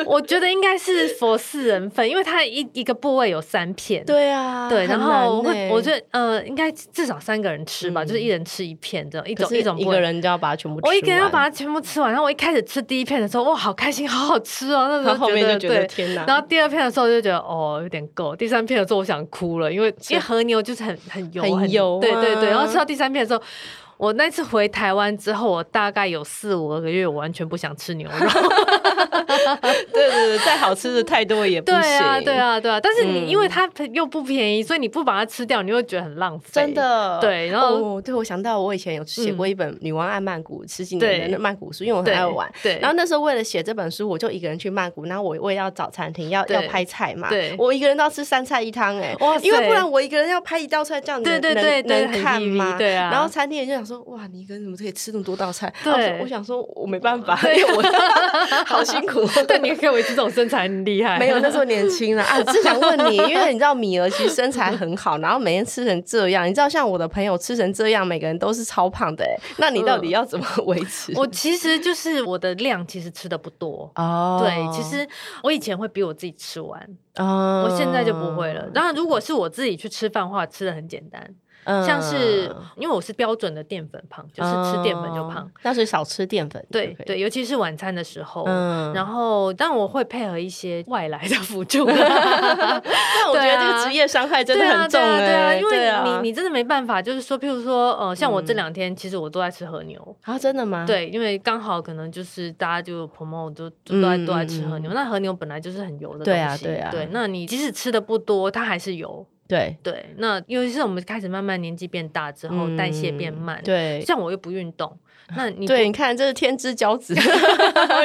[SPEAKER 2] 我觉得应该是佛四人份，因为它一一个部位有三片。
[SPEAKER 1] 对啊
[SPEAKER 2] 对，然后会
[SPEAKER 1] 会，
[SPEAKER 2] 我觉得呃，应该至少三个人吃吧，
[SPEAKER 1] 嗯
[SPEAKER 2] 就是一人吃一片这样，一
[SPEAKER 1] 可
[SPEAKER 2] 种
[SPEAKER 1] 是
[SPEAKER 2] 一种
[SPEAKER 1] 一
[SPEAKER 2] 部
[SPEAKER 1] 个
[SPEAKER 2] 位。
[SPEAKER 1] 人就要把它全部吃完，
[SPEAKER 2] 我一个人要把它全部吃完，然后我一开始吃第一片的时候，哇，好开心，好好吃哦！那时
[SPEAKER 1] 然后
[SPEAKER 2] 候
[SPEAKER 1] 后面就觉得
[SPEAKER 2] 对，
[SPEAKER 1] 天哪，
[SPEAKER 2] 然后第二片的时候就觉得哦有点够，第三片的时候我想哭了，因为因为和牛就是很很油
[SPEAKER 1] 很油啊
[SPEAKER 2] 对对对。然后吃到第三片的时候，我那次回台湾之后，我大概有四五个月，我完全不想吃牛 肉。
[SPEAKER 1] 对对对，再好吃的太多也不
[SPEAKER 2] 对
[SPEAKER 1] 行，
[SPEAKER 2] 啊，对，啊，对啊。但是你、
[SPEAKER 1] 嗯
[SPEAKER 2] 因为它又不便宜，所以你不把它吃掉，你会觉得很浪费。
[SPEAKER 1] 真，的
[SPEAKER 2] 对然后
[SPEAKER 1] 哦对我想到我以前有写过一本《女王爱曼谷》十几
[SPEAKER 2] 对
[SPEAKER 1] 年的曼谷书，因为我很
[SPEAKER 2] 对
[SPEAKER 1] 爱玩。
[SPEAKER 2] 对，
[SPEAKER 1] 然后那时候为了写这本书，我就一个人去曼谷，然后我我也要找餐厅，要
[SPEAKER 2] 对
[SPEAKER 1] 要拍菜嘛，
[SPEAKER 2] 对
[SPEAKER 1] 我一个人都要吃三菜一汤哎、
[SPEAKER 2] 哇塞
[SPEAKER 1] 因为不然我一个人要拍一道菜，这样
[SPEAKER 2] 对
[SPEAKER 1] 能
[SPEAKER 2] 对对对
[SPEAKER 1] 能能
[SPEAKER 2] 很
[SPEAKER 1] 看
[SPEAKER 2] easy，
[SPEAKER 1] 吗？
[SPEAKER 2] 对啊
[SPEAKER 1] 然后餐厅也就想说，哇，你一个人怎么可以吃那么多道菜？
[SPEAKER 2] 对
[SPEAKER 1] 然后我说我想说，我没办法，因为我好辛苦。哦
[SPEAKER 2] 但你可以维持这种身材，你厉害。
[SPEAKER 1] 没有， 那时候年轻了啊！只想问你，因为你知道米儿其实身材很好，然后每天吃成这样，你知道像我的朋友吃成这样，每个人都是超胖的哎、那你到底要怎么维持？
[SPEAKER 2] 我其实就是我的量，其实吃的不多。
[SPEAKER 1] 哦
[SPEAKER 2] 嗯对，其实我以前会比我自己吃完，
[SPEAKER 1] 哦
[SPEAKER 2] 我现在就不会了。当
[SPEAKER 1] 嗯
[SPEAKER 2] 然，如果是我自己去吃饭的话，吃的很简单，像是
[SPEAKER 1] 嗯
[SPEAKER 2] 因为我是标准的淀粉胖，就是吃淀粉就胖。，
[SPEAKER 1] 但是少吃淀粉，
[SPEAKER 2] 对
[SPEAKER 1] 就可以，
[SPEAKER 2] 对，尤其是晚餐的时候，
[SPEAKER 1] 嗯
[SPEAKER 2] 然后但我会配合一些外来的辅助。 啊
[SPEAKER 1] 但我觉得这个职业伤害真的很重哎、
[SPEAKER 2] 对啊，对啊，因为
[SPEAKER 1] 对
[SPEAKER 2] 你、
[SPEAKER 1] 啊嗯
[SPEAKER 2] 你真的没办法，就是说，譬如说，呃，像我这两天、其实我都在吃和牛，
[SPEAKER 1] 啊，真的吗？，
[SPEAKER 2] 对，因为刚好可能就是大家就 promo 就都在、
[SPEAKER 1] 嗯
[SPEAKER 2] 都在吃和牛，那和牛本来就是很油的东西，
[SPEAKER 1] 对啊对啊
[SPEAKER 2] 对，那你即使吃的不多，它还是油，
[SPEAKER 1] 对，
[SPEAKER 2] 对，那尤其是我们开始慢慢年纪变大之后，代谢变慢，
[SPEAKER 1] 嗯，对，
[SPEAKER 2] 像我又不运动，那你不
[SPEAKER 1] 对，你看这是天之骄 子，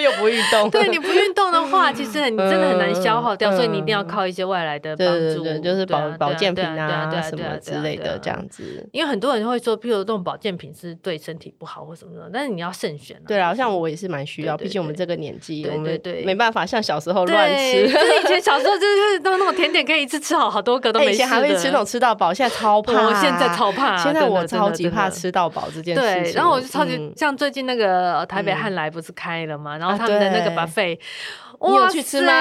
[SPEAKER 1] 又不运动，
[SPEAKER 2] 对你不运动的话，其实你真的很难消耗掉，
[SPEAKER 1] 嗯
[SPEAKER 2] 所以你一定要靠一些外来的帮
[SPEAKER 1] 对
[SPEAKER 2] 助，
[SPEAKER 1] 对对，就是
[SPEAKER 2] 对啊
[SPEAKER 1] 保
[SPEAKER 2] 对啊
[SPEAKER 1] 保健品
[SPEAKER 2] 对啊对啊
[SPEAKER 1] 什
[SPEAKER 2] 对啊
[SPEAKER 1] 么
[SPEAKER 2] 对啊
[SPEAKER 1] 之类
[SPEAKER 2] 对啊
[SPEAKER 1] 的这样子。
[SPEAKER 2] 因为很多人会说，譬如这种保健品是对身体不好或什么的，但是你要慎选、啊。
[SPEAKER 1] 对
[SPEAKER 2] 啊，
[SPEAKER 1] 啊，像我也是蛮需要，
[SPEAKER 2] 对对
[SPEAKER 1] 毕竟我们这个年纪，
[SPEAKER 2] 对对
[SPEAKER 1] 我们
[SPEAKER 2] 对
[SPEAKER 1] 没办法像小时候乱
[SPEAKER 2] 对，
[SPEAKER 1] 吃。
[SPEAKER 2] 就是以前小时候就是弄那种甜点，可以一次吃好好多个都
[SPEAKER 1] 哎，
[SPEAKER 2] 没
[SPEAKER 1] 以
[SPEAKER 2] 事的。
[SPEAKER 1] 前还会吃那种吃到饱，现在超怕，
[SPEAKER 2] 我现在超怕啊
[SPEAKER 1] 现在
[SPEAKER 2] 真的
[SPEAKER 1] 我
[SPEAKER 2] 真的
[SPEAKER 1] 超级
[SPEAKER 2] 真的
[SPEAKER 1] 怕吃到饱这件事情。
[SPEAKER 2] 对，然后我就超级、
[SPEAKER 1] 嗯
[SPEAKER 2] 像最近那个呃台北
[SPEAKER 1] 嗯
[SPEAKER 2] 汉来不是开了嘛，然后
[SPEAKER 1] 啊
[SPEAKER 2] 他们的那个
[SPEAKER 1] 对
[SPEAKER 2] buffet，、
[SPEAKER 1] 你有去吃吗？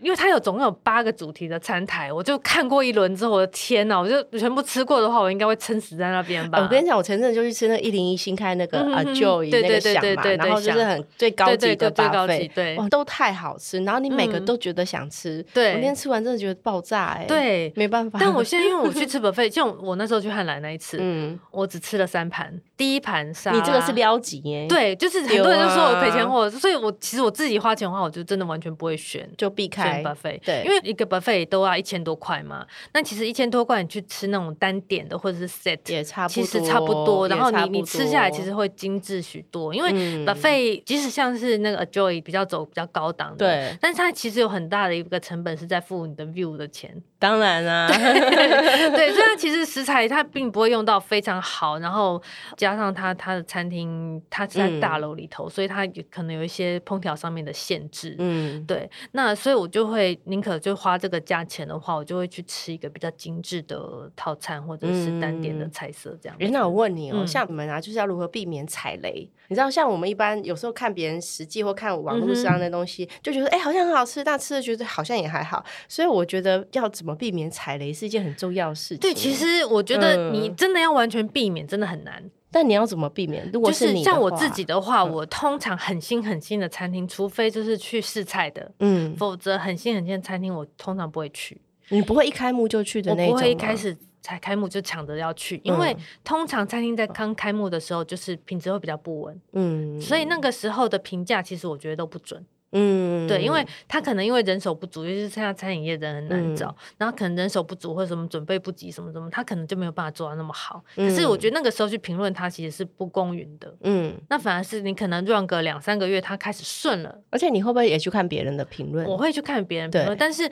[SPEAKER 2] 因为它有总共有八个主题的餐台，我就看过一轮之后，我的天呐，我就全部吃过的话，我应该会撑死在那边吧。
[SPEAKER 1] 哎我跟你讲，我前阵子就去吃那一零一新开那个
[SPEAKER 2] 嗯嗯
[SPEAKER 1] 啊
[SPEAKER 2] 嗯
[SPEAKER 1] Joy
[SPEAKER 2] 对
[SPEAKER 1] 那个
[SPEAKER 2] 对对
[SPEAKER 1] 享
[SPEAKER 2] 对
[SPEAKER 1] 嘛，
[SPEAKER 2] 对
[SPEAKER 1] 然
[SPEAKER 2] 对
[SPEAKER 1] 后就是
[SPEAKER 2] 享
[SPEAKER 1] 很最高
[SPEAKER 2] 对
[SPEAKER 1] 级
[SPEAKER 2] 对
[SPEAKER 1] 的
[SPEAKER 2] 对最高
[SPEAKER 1] buffet
[SPEAKER 2] 级对
[SPEAKER 1] 哇，都太好吃，然后你每个
[SPEAKER 2] 嗯
[SPEAKER 1] 都觉得想吃，
[SPEAKER 2] 对
[SPEAKER 1] 我那天吃完真的觉得爆炸哎，，
[SPEAKER 2] 对，
[SPEAKER 1] 没办法，
[SPEAKER 2] 但我现在因为 我去吃 buffet，像我那时候去汉来那一次，
[SPEAKER 1] 嗯，
[SPEAKER 2] 我只吃了三盘，第一盘沙拉，
[SPEAKER 1] 你这个是啊撩级哎，，
[SPEAKER 2] 对，就是很多人就说我赔钱货，所以我其实我自己花钱的话，我就真的完全不会选。
[SPEAKER 1] 就避开
[SPEAKER 2] 选 buffet，
[SPEAKER 1] 对
[SPEAKER 2] 因为一个 buffet 都要一千多块嘛，那其实一千多块你去吃那种单点的或者是 set，
[SPEAKER 1] 也差不
[SPEAKER 2] 其
[SPEAKER 1] 多，
[SPEAKER 2] 实差不多。然后
[SPEAKER 1] 也差不
[SPEAKER 2] 你你吃下来其实会精致许多，因为
[SPEAKER 1] 嗯
[SPEAKER 2] buffet 即使像是那个 Joy 比较走比较高档的，
[SPEAKER 1] 对，
[SPEAKER 2] 但是它其实有很大的一个成本是在付你的 view 的钱，
[SPEAKER 1] 当然啊，
[SPEAKER 2] 对，所以它其实食材它并不会用到非常好，然后加上它它的餐厅它是在
[SPEAKER 1] 嗯
[SPEAKER 2] 大楼里头，所以它有可能有一些烹调上面的限制。
[SPEAKER 1] 嗯，
[SPEAKER 2] 对，那所以我就会宁可就花这个价钱的话，我就会去吃一个比较精致的套餐或者是单点的
[SPEAKER 1] 嗯
[SPEAKER 2] 菜色这样子。
[SPEAKER 1] 人那我问你哦、
[SPEAKER 2] 嗯
[SPEAKER 1] 像你们啊，就是要如何避免踩雷？你知道，像我们一般有时候看别人实际或看
[SPEAKER 2] 嗯
[SPEAKER 1] 网络上的东西，就觉得哎、好像很好吃，但吃了觉得好像也还好。所以我觉得要怎么避免踩雷是一件很重要的事情。
[SPEAKER 2] 对，其，实我觉得你
[SPEAKER 1] 嗯
[SPEAKER 2] 真的要完全避免，真的很难。
[SPEAKER 1] 但你要怎么避免？如果
[SPEAKER 2] 就是
[SPEAKER 1] 你的
[SPEAKER 2] 像我
[SPEAKER 1] 话嗯
[SPEAKER 2] 自己，的话，我通常很新很新的餐厅，除非就是去试菜的，
[SPEAKER 1] 嗯，
[SPEAKER 2] 否则很新很新的餐厅我通常不会去。
[SPEAKER 1] 你不会一开幕就去的
[SPEAKER 2] 我
[SPEAKER 1] 那一种
[SPEAKER 2] 不
[SPEAKER 1] 吗。嗯
[SPEAKER 2] 会一开始才开幕就抢着要去，因为通常餐厅在刚开幕的时候，就是品质会比较不稳，
[SPEAKER 1] 嗯，
[SPEAKER 2] 所以那个时候的评价其实我觉得都不准。
[SPEAKER 1] 嗯，
[SPEAKER 2] 对，因为他可能因为人手不足，尤其是现在餐饮业人很难找，
[SPEAKER 1] 嗯
[SPEAKER 2] 然后可能人手不足或者什么准备不及什么什么，他可能就没有办法做到那么好。可是我觉得那个时候去评论他其实是不公允的。
[SPEAKER 1] 嗯，
[SPEAKER 2] 那反而是你可能 run 个两三个月，他开始顺了，
[SPEAKER 1] 而且你会不会也去看别人的评论？
[SPEAKER 2] 我会去看别人评
[SPEAKER 1] 对
[SPEAKER 2] 论，但是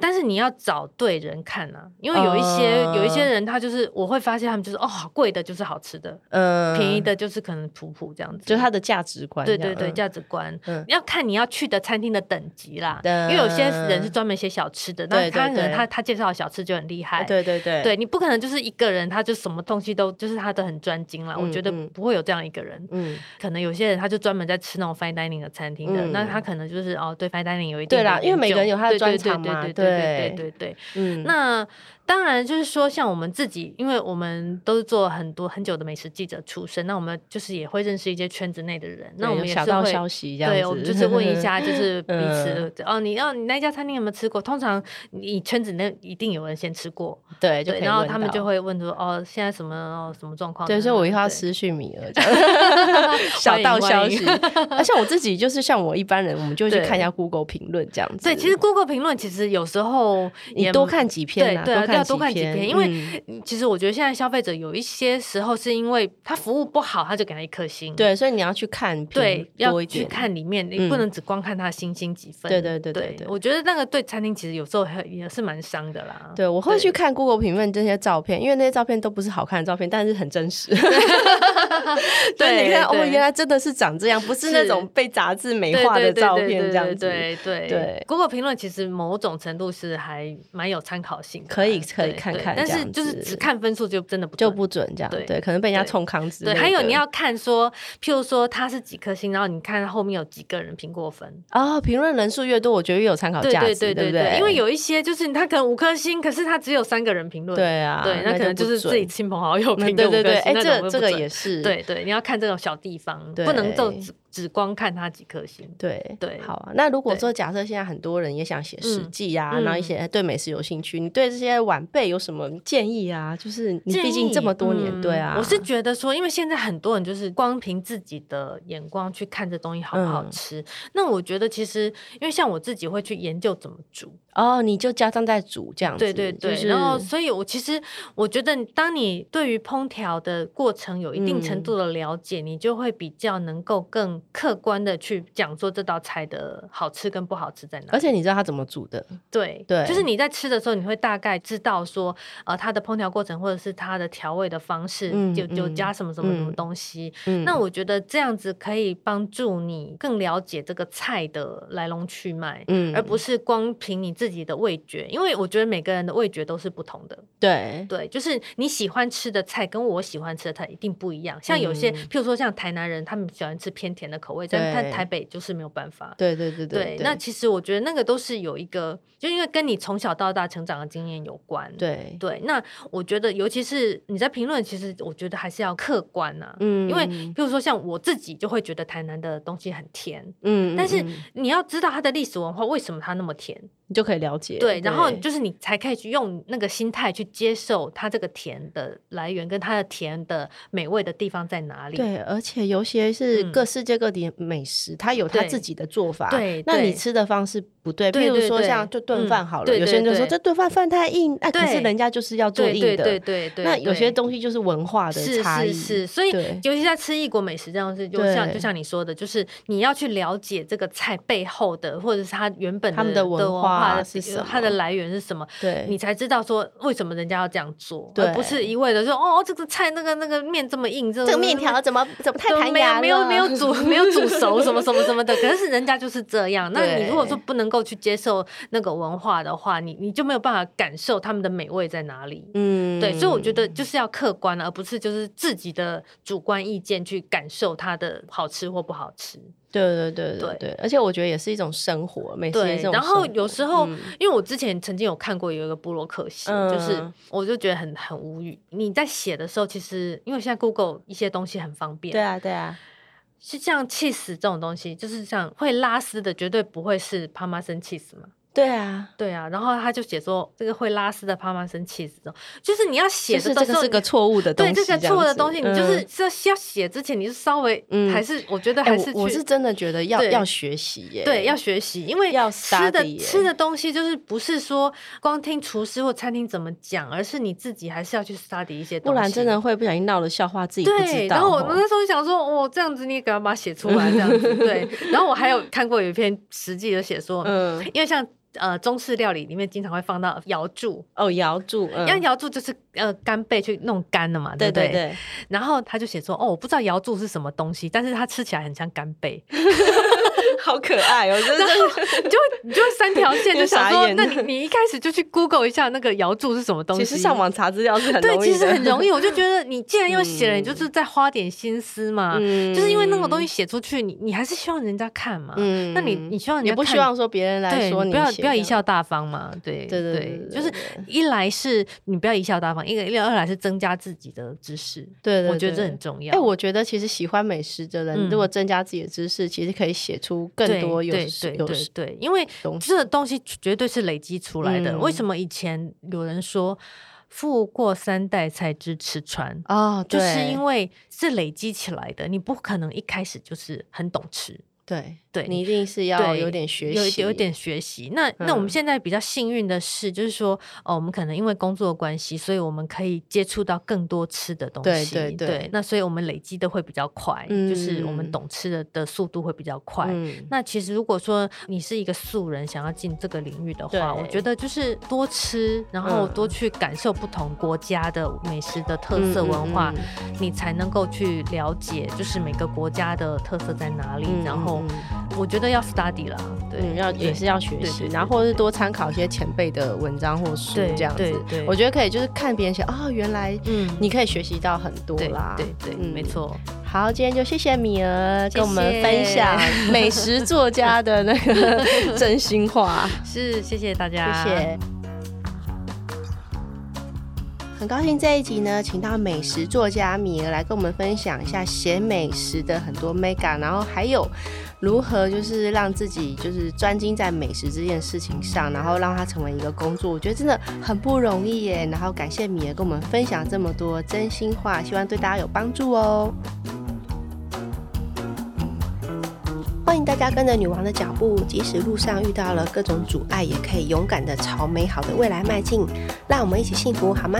[SPEAKER 2] 但是你要找对人看啊，因为有一些、
[SPEAKER 1] 嗯
[SPEAKER 2] 有一些人他就是我会发现他们就是哦，好贵的就是好吃的，
[SPEAKER 1] 嗯，
[SPEAKER 2] 便宜的就是可能普普这样子，
[SPEAKER 1] 就是他的价值观这
[SPEAKER 2] 对
[SPEAKER 1] 样。
[SPEAKER 2] 对对
[SPEAKER 1] 嗯
[SPEAKER 2] 价值观。
[SPEAKER 1] 嗯
[SPEAKER 2] 要看你要去的餐厅的等级啦，
[SPEAKER 1] 嗯
[SPEAKER 2] 因为有些人是专门写小吃的，
[SPEAKER 1] 对对
[SPEAKER 2] 那他可能
[SPEAKER 1] 对
[SPEAKER 2] 他他介绍的小吃就很厉害，
[SPEAKER 1] 对对对
[SPEAKER 2] 对，你不可能就是一个人他就什么东西都就是他都很专精啦，
[SPEAKER 1] 嗯
[SPEAKER 2] 我觉得
[SPEAKER 1] 嗯
[SPEAKER 2] 不会有这样一个人，
[SPEAKER 1] 嗯，
[SPEAKER 2] 可能有些人他就专门在吃那种 fine dining 的餐厅的，
[SPEAKER 1] 嗯
[SPEAKER 2] 那他可能就是哦，对 fine dining 有一定
[SPEAKER 1] 对
[SPEAKER 2] 的
[SPEAKER 1] 啦因为
[SPEAKER 2] 研
[SPEAKER 1] 每个
[SPEAKER 2] 究
[SPEAKER 1] 人有他的
[SPEAKER 2] 对
[SPEAKER 1] 专
[SPEAKER 2] 对对
[SPEAKER 1] 长嘛
[SPEAKER 2] 对对对
[SPEAKER 1] 对
[SPEAKER 2] 对对对。
[SPEAKER 1] 嗯，
[SPEAKER 2] 那当然就是说，像我们自己，因为我们都是做很多很久的美食记者出身，那我们就是也会认识一些圈子内的人，那
[SPEAKER 1] 对
[SPEAKER 2] 我
[SPEAKER 1] 有
[SPEAKER 2] 们也
[SPEAKER 1] 小
[SPEAKER 2] 是
[SPEAKER 1] 道
[SPEAKER 2] 会
[SPEAKER 1] 消息这样子，
[SPEAKER 2] 对，我们就是问一下，就是彼
[SPEAKER 1] 嗯
[SPEAKER 2] 此的哦，你哦，你那家餐厅有没有吃过？通常你圈子内一定有人先吃过，
[SPEAKER 1] 对，就
[SPEAKER 2] 对，
[SPEAKER 1] 可以
[SPEAKER 2] 然后
[SPEAKER 1] 问
[SPEAKER 2] 他们
[SPEAKER 1] 到
[SPEAKER 2] 就会问说哦，现在什么、哦、什么状况？
[SPEAKER 1] 对，所以我以
[SPEAKER 2] 一
[SPEAKER 1] 后要 私讯米儿，这样 小道消息。而且我自己就是像我一般人，我们就会去
[SPEAKER 2] 对
[SPEAKER 1] 看一下 Google 评论这样子。
[SPEAKER 2] 对，其实 Google 评论其实有时候
[SPEAKER 1] 嗯你
[SPEAKER 2] 也
[SPEAKER 1] 多看几篇啊，
[SPEAKER 2] 对对
[SPEAKER 1] 多
[SPEAKER 2] 啊
[SPEAKER 1] 看
[SPEAKER 2] 要
[SPEAKER 1] 看
[SPEAKER 2] 多
[SPEAKER 1] 几
[SPEAKER 2] 看几
[SPEAKER 1] 篇
[SPEAKER 2] 篇，因为
[SPEAKER 1] 嗯
[SPEAKER 2] 嗯其实我觉得现在消费者有一些时候是因为他服务不好，他就给他一颗星。
[SPEAKER 1] 对，所以你要去看评
[SPEAKER 2] 对，
[SPEAKER 1] 多
[SPEAKER 2] 要
[SPEAKER 1] 一
[SPEAKER 2] 去
[SPEAKER 1] 点，
[SPEAKER 2] 看里面，你
[SPEAKER 1] 嗯
[SPEAKER 2] 不能只光看他星星几分。
[SPEAKER 1] 对对对对
[SPEAKER 2] 对
[SPEAKER 1] 对
[SPEAKER 2] 我觉得那个对餐厅其实有时候还也是蛮伤的啦。
[SPEAKER 1] 对，我会去
[SPEAKER 2] 对
[SPEAKER 1] 看 Google 评论这些照片，因为那些照片都不是好看的照片，但是很真 实。就是你看，哦，
[SPEAKER 2] 对
[SPEAKER 1] 原来真的是长这样，不是那
[SPEAKER 2] 是
[SPEAKER 1] 种被杂志美
[SPEAKER 2] 对
[SPEAKER 1] 化的
[SPEAKER 2] 对对
[SPEAKER 1] 照
[SPEAKER 2] 对
[SPEAKER 1] 片
[SPEAKER 2] 对
[SPEAKER 1] 这样子。
[SPEAKER 2] 对对
[SPEAKER 1] 对
[SPEAKER 2] Google 评论其实某种程度是还蛮有参考性的啦，
[SPEAKER 1] 可以可以
[SPEAKER 2] 对
[SPEAKER 1] 看
[SPEAKER 2] 对
[SPEAKER 1] 看
[SPEAKER 2] 但
[SPEAKER 1] 这
[SPEAKER 2] 是
[SPEAKER 1] 样
[SPEAKER 2] 就是
[SPEAKER 1] 子
[SPEAKER 2] 只看分数就真的不
[SPEAKER 1] 就
[SPEAKER 2] 准
[SPEAKER 1] 不准这样，
[SPEAKER 2] 对
[SPEAKER 1] 对，可能被人家
[SPEAKER 2] 对
[SPEAKER 1] 冲康之类
[SPEAKER 2] 对。
[SPEAKER 1] 的。
[SPEAKER 2] 还有你要看说，譬如说它是几颗星，然后你看后面有几个人评过分。
[SPEAKER 1] 哦，评论人数越多，我觉得越有参考
[SPEAKER 2] 对
[SPEAKER 1] 价值，
[SPEAKER 2] 对对
[SPEAKER 1] 不
[SPEAKER 2] 对
[SPEAKER 1] 对？
[SPEAKER 2] 因为有一些就是他可能五颗星，可是他只有三个人评论。
[SPEAKER 1] 对啊，
[SPEAKER 2] 对，那可能
[SPEAKER 1] 不
[SPEAKER 2] 就是自
[SPEAKER 1] 准
[SPEAKER 2] 己亲朋好友
[SPEAKER 1] 那
[SPEAKER 2] 评
[SPEAKER 1] 对
[SPEAKER 2] 的
[SPEAKER 1] 对
[SPEAKER 2] 五颗
[SPEAKER 1] 对，
[SPEAKER 2] 星，
[SPEAKER 1] 哎，
[SPEAKER 2] 那
[SPEAKER 1] 这
[SPEAKER 2] 种会
[SPEAKER 1] 这
[SPEAKER 2] 不
[SPEAKER 1] 个
[SPEAKER 2] 准
[SPEAKER 1] 也是
[SPEAKER 2] 对对，你要看这种小地方，不能就
[SPEAKER 1] 对
[SPEAKER 2] 只只光看他几颗星。
[SPEAKER 1] 对
[SPEAKER 2] 对
[SPEAKER 1] 好啊。那如果
[SPEAKER 2] 对
[SPEAKER 1] 说假设现在很多人也想写史
[SPEAKER 2] 嗯
[SPEAKER 1] 记啊，然后一
[SPEAKER 2] 嗯
[SPEAKER 1] 些对美食有兴趣，你对这些晚辈有什么建议啊？就是你
[SPEAKER 2] 建
[SPEAKER 1] 毕竟这
[SPEAKER 2] 议嗯
[SPEAKER 1] 么多年，对啊，
[SPEAKER 2] 我是觉得说，因为现在很多人就是光凭自己的眼光去看这东西好不好
[SPEAKER 1] 嗯
[SPEAKER 2] 吃。那我觉得其实，因为像我自己会去研究怎么煮，
[SPEAKER 1] 哦，你就加上再煮这样子，
[SPEAKER 2] 对对对。
[SPEAKER 1] 就是
[SPEAKER 2] 然后，所以我其实我觉得，当你对于烹调的过程有一定程
[SPEAKER 1] 嗯
[SPEAKER 2] 度的了解，你就会比较能够更客观的去讲说这道菜的好吃跟不好吃在哪里。
[SPEAKER 1] 而且你知道它怎么煮的，
[SPEAKER 2] 对
[SPEAKER 1] 对
[SPEAKER 2] 就是你在吃的时候，你会大概知道说，呃，它的烹调过程或者是它的调味的方式，
[SPEAKER 1] 嗯
[SPEAKER 2] 有有
[SPEAKER 1] 嗯
[SPEAKER 2] 加什么什么什么
[SPEAKER 1] 嗯
[SPEAKER 2] 东西。
[SPEAKER 1] 嗯，
[SPEAKER 2] 那我觉得这样子可以帮助你更了解这个菜的来龙去脉。
[SPEAKER 1] 嗯
[SPEAKER 2] 而不是光凭你自己的味觉，因为我觉得每个人的味觉都是不同的。
[SPEAKER 1] 对
[SPEAKER 2] 对，就是你喜欢吃的菜跟我喜欢吃的菜一定不一样。像有些，
[SPEAKER 1] 嗯
[SPEAKER 2] 譬如说像台南人，他们喜欢吃偏甜的口味，但
[SPEAKER 1] 对
[SPEAKER 2] 但台北就是没有办法。
[SPEAKER 1] 对对对
[SPEAKER 2] 对，那其实我觉得那个都是有一个，就因为跟你从小到大成长的经验有关。
[SPEAKER 1] 对，
[SPEAKER 2] 对那我觉得尤其是你在评论，其实我觉得还是要客观呐、
[SPEAKER 1] 嗯
[SPEAKER 2] 因为
[SPEAKER 1] 嗯
[SPEAKER 2] 比如说像我自己就会觉得台南的东西很甜，
[SPEAKER 1] 嗯
[SPEAKER 2] 但是
[SPEAKER 1] 嗯
[SPEAKER 2] 你要知道它的历史文化为什么它那么甜，
[SPEAKER 1] 你就可以了解，
[SPEAKER 2] 对，然后就是你才可以去用那个心态去接受它这个甜的来源跟它的甜的美味的地方在哪里。
[SPEAKER 1] 对，而且有些是
[SPEAKER 2] 嗯
[SPEAKER 1] 各世界各地的美食，它有它
[SPEAKER 2] 对
[SPEAKER 1] 自己的做法。
[SPEAKER 2] 对
[SPEAKER 1] 那你
[SPEAKER 2] 对
[SPEAKER 1] 吃的方式不对，譬
[SPEAKER 2] 对
[SPEAKER 1] 如
[SPEAKER 2] 对
[SPEAKER 1] 说
[SPEAKER 2] 对
[SPEAKER 1] 像就炖
[SPEAKER 2] 嗯
[SPEAKER 1] 饭好了，
[SPEAKER 2] 对
[SPEAKER 1] 有些人
[SPEAKER 2] 对
[SPEAKER 1] 就说
[SPEAKER 2] 对
[SPEAKER 1] 这炖饭饭太硬，哎，可是
[SPEAKER 2] 对
[SPEAKER 1] 人家就是要做
[SPEAKER 2] 对对
[SPEAKER 1] 硬
[SPEAKER 2] 对
[SPEAKER 1] 的。
[SPEAKER 2] 对对，
[SPEAKER 1] 那有些
[SPEAKER 2] 对
[SPEAKER 1] 东西就是文化的
[SPEAKER 2] 是
[SPEAKER 1] 差异。
[SPEAKER 2] 是是，所以
[SPEAKER 1] 对
[SPEAKER 2] 尤其在吃异国美食这样是，就像
[SPEAKER 1] 对
[SPEAKER 2] 就像你说的，就是你要去了解这个菜背后的，或者是它原本
[SPEAKER 1] 他们的
[SPEAKER 2] 的
[SPEAKER 1] 文
[SPEAKER 2] 的
[SPEAKER 1] 化
[SPEAKER 2] 化
[SPEAKER 1] 是什
[SPEAKER 2] 它
[SPEAKER 1] 么
[SPEAKER 2] 的来源是什么，
[SPEAKER 1] 对，
[SPEAKER 2] 你才知道说为什么人家要这样做，
[SPEAKER 1] 对
[SPEAKER 2] 而不是一味的说哦这个菜那个那个面这么硬，这
[SPEAKER 1] 这个面条。怎么怎么太
[SPEAKER 2] 呃都
[SPEAKER 1] 弹
[SPEAKER 2] 没
[SPEAKER 1] 牙
[SPEAKER 2] 有没有没有
[SPEAKER 1] 了
[SPEAKER 2] 煮 没有煮 熟什么什么什么的，可是人家就是这样。那你如果说
[SPEAKER 1] 对
[SPEAKER 2] 不能够去接受那个文化的话，你你就没有办法感受他们的美味在哪里。
[SPEAKER 1] 嗯，
[SPEAKER 2] 对，所以我觉得就是要客观，啊而不是就是自己的主观意见去感受它的好吃或不好吃。
[SPEAKER 1] 对对对对
[SPEAKER 2] 对
[SPEAKER 1] 对，而且我觉得也是一种生活，美食也
[SPEAKER 2] 对
[SPEAKER 1] 是一，种
[SPEAKER 2] 然后
[SPEAKER 1] 生活
[SPEAKER 2] 有时候、
[SPEAKER 1] 嗯
[SPEAKER 2] 因为我之前曾经有看过有一个布洛克写，就是
[SPEAKER 1] 嗯
[SPEAKER 2] 我就觉得很很无语。你在写的时候，其实因为现在 Google 一些东西很方便，
[SPEAKER 1] 对啊对啊，
[SPEAKER 2] 是像 cheese 这种东西，就是像会拉丝的，绝对不会是帕玛森 cheese 嘛。
[SPEAKER 1] 对啊，
[SPEAKER 2] 对啊，然后他就写说这个会拉丝的帕玛森 cheese，这种就是你要写
[SPEAKER 1] 就是
[SPEAKER 2] 的到
[SPEAKER 1] 这
[SPEAKER 2] 时
[SPEAKER 1] 个
[SPEAKER 2] 候
[SPEAKER 1] 是
[SPEAKER 2] 你
[SPEAKER 1] 个错误的东
[SPEAKER 2] 对
[SPEAKER 1] 西，
[SPEAKER 2] 这个错的
[SPEAKER 1] 样
[SPEAKER 2] 东
[SPEAKER 1] 子
[SPEAKER 2] 西，你就
[SPEAKER 1] 嗯
[SPEAKER 2] 是是要要写之前，你就稍微
[SPEAKER 1] 嗯
[SPEAKER 2] 还是我觉得
[SPEAKER 1] 哎，
[SPEAKER 2] 还
[SPEAKER 1] 我
[SPEAKER 2] 是
[SPEAKER 1] 我
[SPEAKER 2] 去
[SPEAKER 1] 是真的觉得要
[SPEAKER 2] 对
[SPEAKER 1] 要学习耶，
[SPEAKER 2] 对要学习，因为
[SPEAKER 1] 要
[SPEAKER 2] 吃
[SPEAKER 1] study
[SPEAKER 2] 的
[SPEAKER 1] 耶
[SPEAKER 2] 吃的东西就是不是说光听厨师或餐厅怎么讲，而是你自己还是要去 study 一些东
[SPEAKER 1] 不
[SPEAKER 2] 西，
[SPEAKER 1] 然真的会不小心闹了笑话，自己不
[SPEAKER 2] 对，
[SPEAKER 1] 知道。哦
[SPEAKER 2] 然后我
[SPEAKER 1] 吼
[SPEAKER 2] 那时候就想说，哦，这样子你也赶快把它写出来，这样子对。然后 我还有看过有一篇实际的写说，
[SPEAKER 1] 嗯，
[SPEAKER 2] 因为像呃中式料理里面经常会放到瑶柱，
[SPEAKER 1] 哦，咬住，嗯
[SPEAKER 2] 因为瑶柱就是呃干贝去弄干了嘛，
[SPEAKER 1] 对
[SPEAKER 2] 不对
[SPEAKER 1] 对对，
[SPEAKER 2] 然后他就写说：“哦，我不知道瑶柱是什么东西，但是它吃起来很像干贝。
[SPEAKER 1] 好可爱哦， 真”
[SPEAKER 2] 然
[SPEAKER 1] 的
[SPEAKER 2] 后 你 就会你就会三条线，就想
[SPEAKER 1] 傻
[SPEAKER 2] 说：“
[SPEAKER 1] 眼
[SPEAKER 2] 那你你一开始就去 Google 一下那个瑶柱是什么东
[SPEAKER 1] 其
[SPEAKER 2] 西。”
[SPEAKER 1] 实上网查资料是很
[SPEAKER 2] 对，
[SPEAKER 1] 容易
[SPEAKER 2] 其实很
[SPEAKER 1] 的，
[SPEAKER 2] 容易。我就觉得你既然要写了，
[SPEAKER 1] 嗯
[SPEAKER 2] 你就是再花点心思嘛。
[SPEAKER 1] 嗯
[SPEAKER 2] 就是因为那种东西，写出去，你你还是希望人家看嘛。
[SPEAKER 1] 嗯
[SPEAKER 2] 那你你希望人
[SPEAKER 1] 也
[SPEAKER 2] 家
[SPEAKER 1] 不
[SPEAKER 2] 看
[SPEAKER 1] 希望说别人来
[SPEAKER 2] 对，
[SPEAKER 1] 说
[SPEAKER 2] 你不要
[SPEAKER 1] 写
[SPEAKER 2] 不要贻
[SPEAKER 1] 这样，
[SPEAKER 2] 笑大方嘛，对
[SPEAKER 1] 对对对对
[SPEAKER 2] 就是
[SPEAKER 1] 对
[SPEAKER 2] 一来是你不要贻笑大方，一个一来二来是增加自己的知识，
[SPEAKER 1] 对对，
[SPEAKER 2] 我觉得这
[SPEAKER 1] 对
[SPEAKER 2] 很。重要。
[SPEAKER 1] 哎，我觉得其实喜欢美食的人，
[SPEAKER 2] 嗯
[SPEAKER 1] 如果增加自己的知识，其实可以写出更
[SPEAKER 2] 对
[SPEAKER 1] 多有
[SPEAKER 2] 对
[SPEAKER 1] 时
[SPEAKER 2] 对
[SPEAKER 1] 有
[SPEAKER 2] 对
[SPEAKER 1] 时
[SPEAKER 2] 对，因为
[SPEAKER 1] 东西。
[SPEAKER 2] 这个东西绝对是累积出来的。为
[SPEAKER 1] 嗯
[SPEAKER 2] 什么以前有人说富过三代才知吃穿？
[SPEAKER 1] 哦，
[SPEAKER 2] 就是因
[SPEAKER 1] 为
[SPEAKER 2] 为是累积起来的，你不可能一开始就是很懂吃。
[SPEAKER 1] 对
[SPEAKER 2] 对
[SPEAKER 1] 你一定是要
[SPEAKER 2] 对
[SPEAKER 1] 有点学
[SPEAKER 2] 有一
[SPEAKER 1] 习，
[SPEAKER 2] 有一点学习。那那我们
[SPEAKER 1] 嗯
[SPEAKER 2] 现在比较幸运的是，就是说，哦，我们可能因为工作的关系，所以我们可以接触到更多吃的东
[SPEAKER 1] 对
[SPEAKER 2] 西。
[SPEAKER 1] 对对
[SPEAKER 2] 那所以我们累积的会比较快，就是我
[SPEAKER 1] 嗯
[SPEAKER 2] 们懂吃的的速度会比较快。
[SPEAKER 1] 嗯，
[SPEAKER 2] 那其实如果说你是一个素人，想要进这个领域的
[SPEAKER 1] 对
[SPEAKER 2] 话，我觉得就是多吃，然后
[SPEAKER 1] 嗯
[SPEAKER 2] 多去感受不同国家的美食的特
[SPEAKER 1] 嗯
[SPEAKER 2] 色
[SPEAKER 1] 嗯
[SPEAKER 2] 文化，
[SPEAKER 1] 嗯
[SPEAKER 2] 你才能够去了解，就是每个国家的特色在哪里。
[SPEAKER 1] 嗯
[SPEAKER 2] 然后
[SPEAKER 1] 嗯
[SPEAKER 2] 我觉得要 study 啦，对，
[SPEAKER 1] 嗯，要也
[SPEAKER 2] 对
[SPEAKER 1] 是要学
[SPEAKER 2] 对
[SPEAKER 1] 习
[SPEAKER 2] 对，对
[SPEAKER 1] 然后或者是多参考一些前辈的文章或书
[SPEAKER 2] 对
[SPEAKER 1] 这样子
[SPEAKER 2] 对。对
[SPEAKER 1] 我觉得可以，就是看别人写哦，原来
[SPEAKER 2] 嗯，
[SPEAKER 1] 你可以学习到很多
[SPEAKER 2] 对
[SPEAKER 1] 啦。
[SPEAKER 2] 对对，
[SPEAKER 1] 嗯
[SPEAKER 2] 没错，
[SPEAKER 1] 好，今天就谢谢米儿跟我们
[SPEAKER 2] 谢谢
[SPEAKER 1] 分享 美食作家的那个 真心话，
[SPEAKER 2] 是谢谢大
[SPEAKER 1] 谢
[SPEAKER 2] 家，
[SPEAKER 1] 谢。很高兴这一集呢，请到美食作家米儿来跟我们分享一下写美食的很多 mega，然后还有如何就是让自己就是专精在美食这件事情上，然后让它成为一个工作，我觉得真的很不容易耶。然后感谢米儿跟我们分享这么多真心话，希望对大家有帮助哦。欢迎大家跟着女王的脚步，即使路上遇到了各种阻碍，也可以勇敢的朝美好的未来迈进。让我们一起幸福好吗？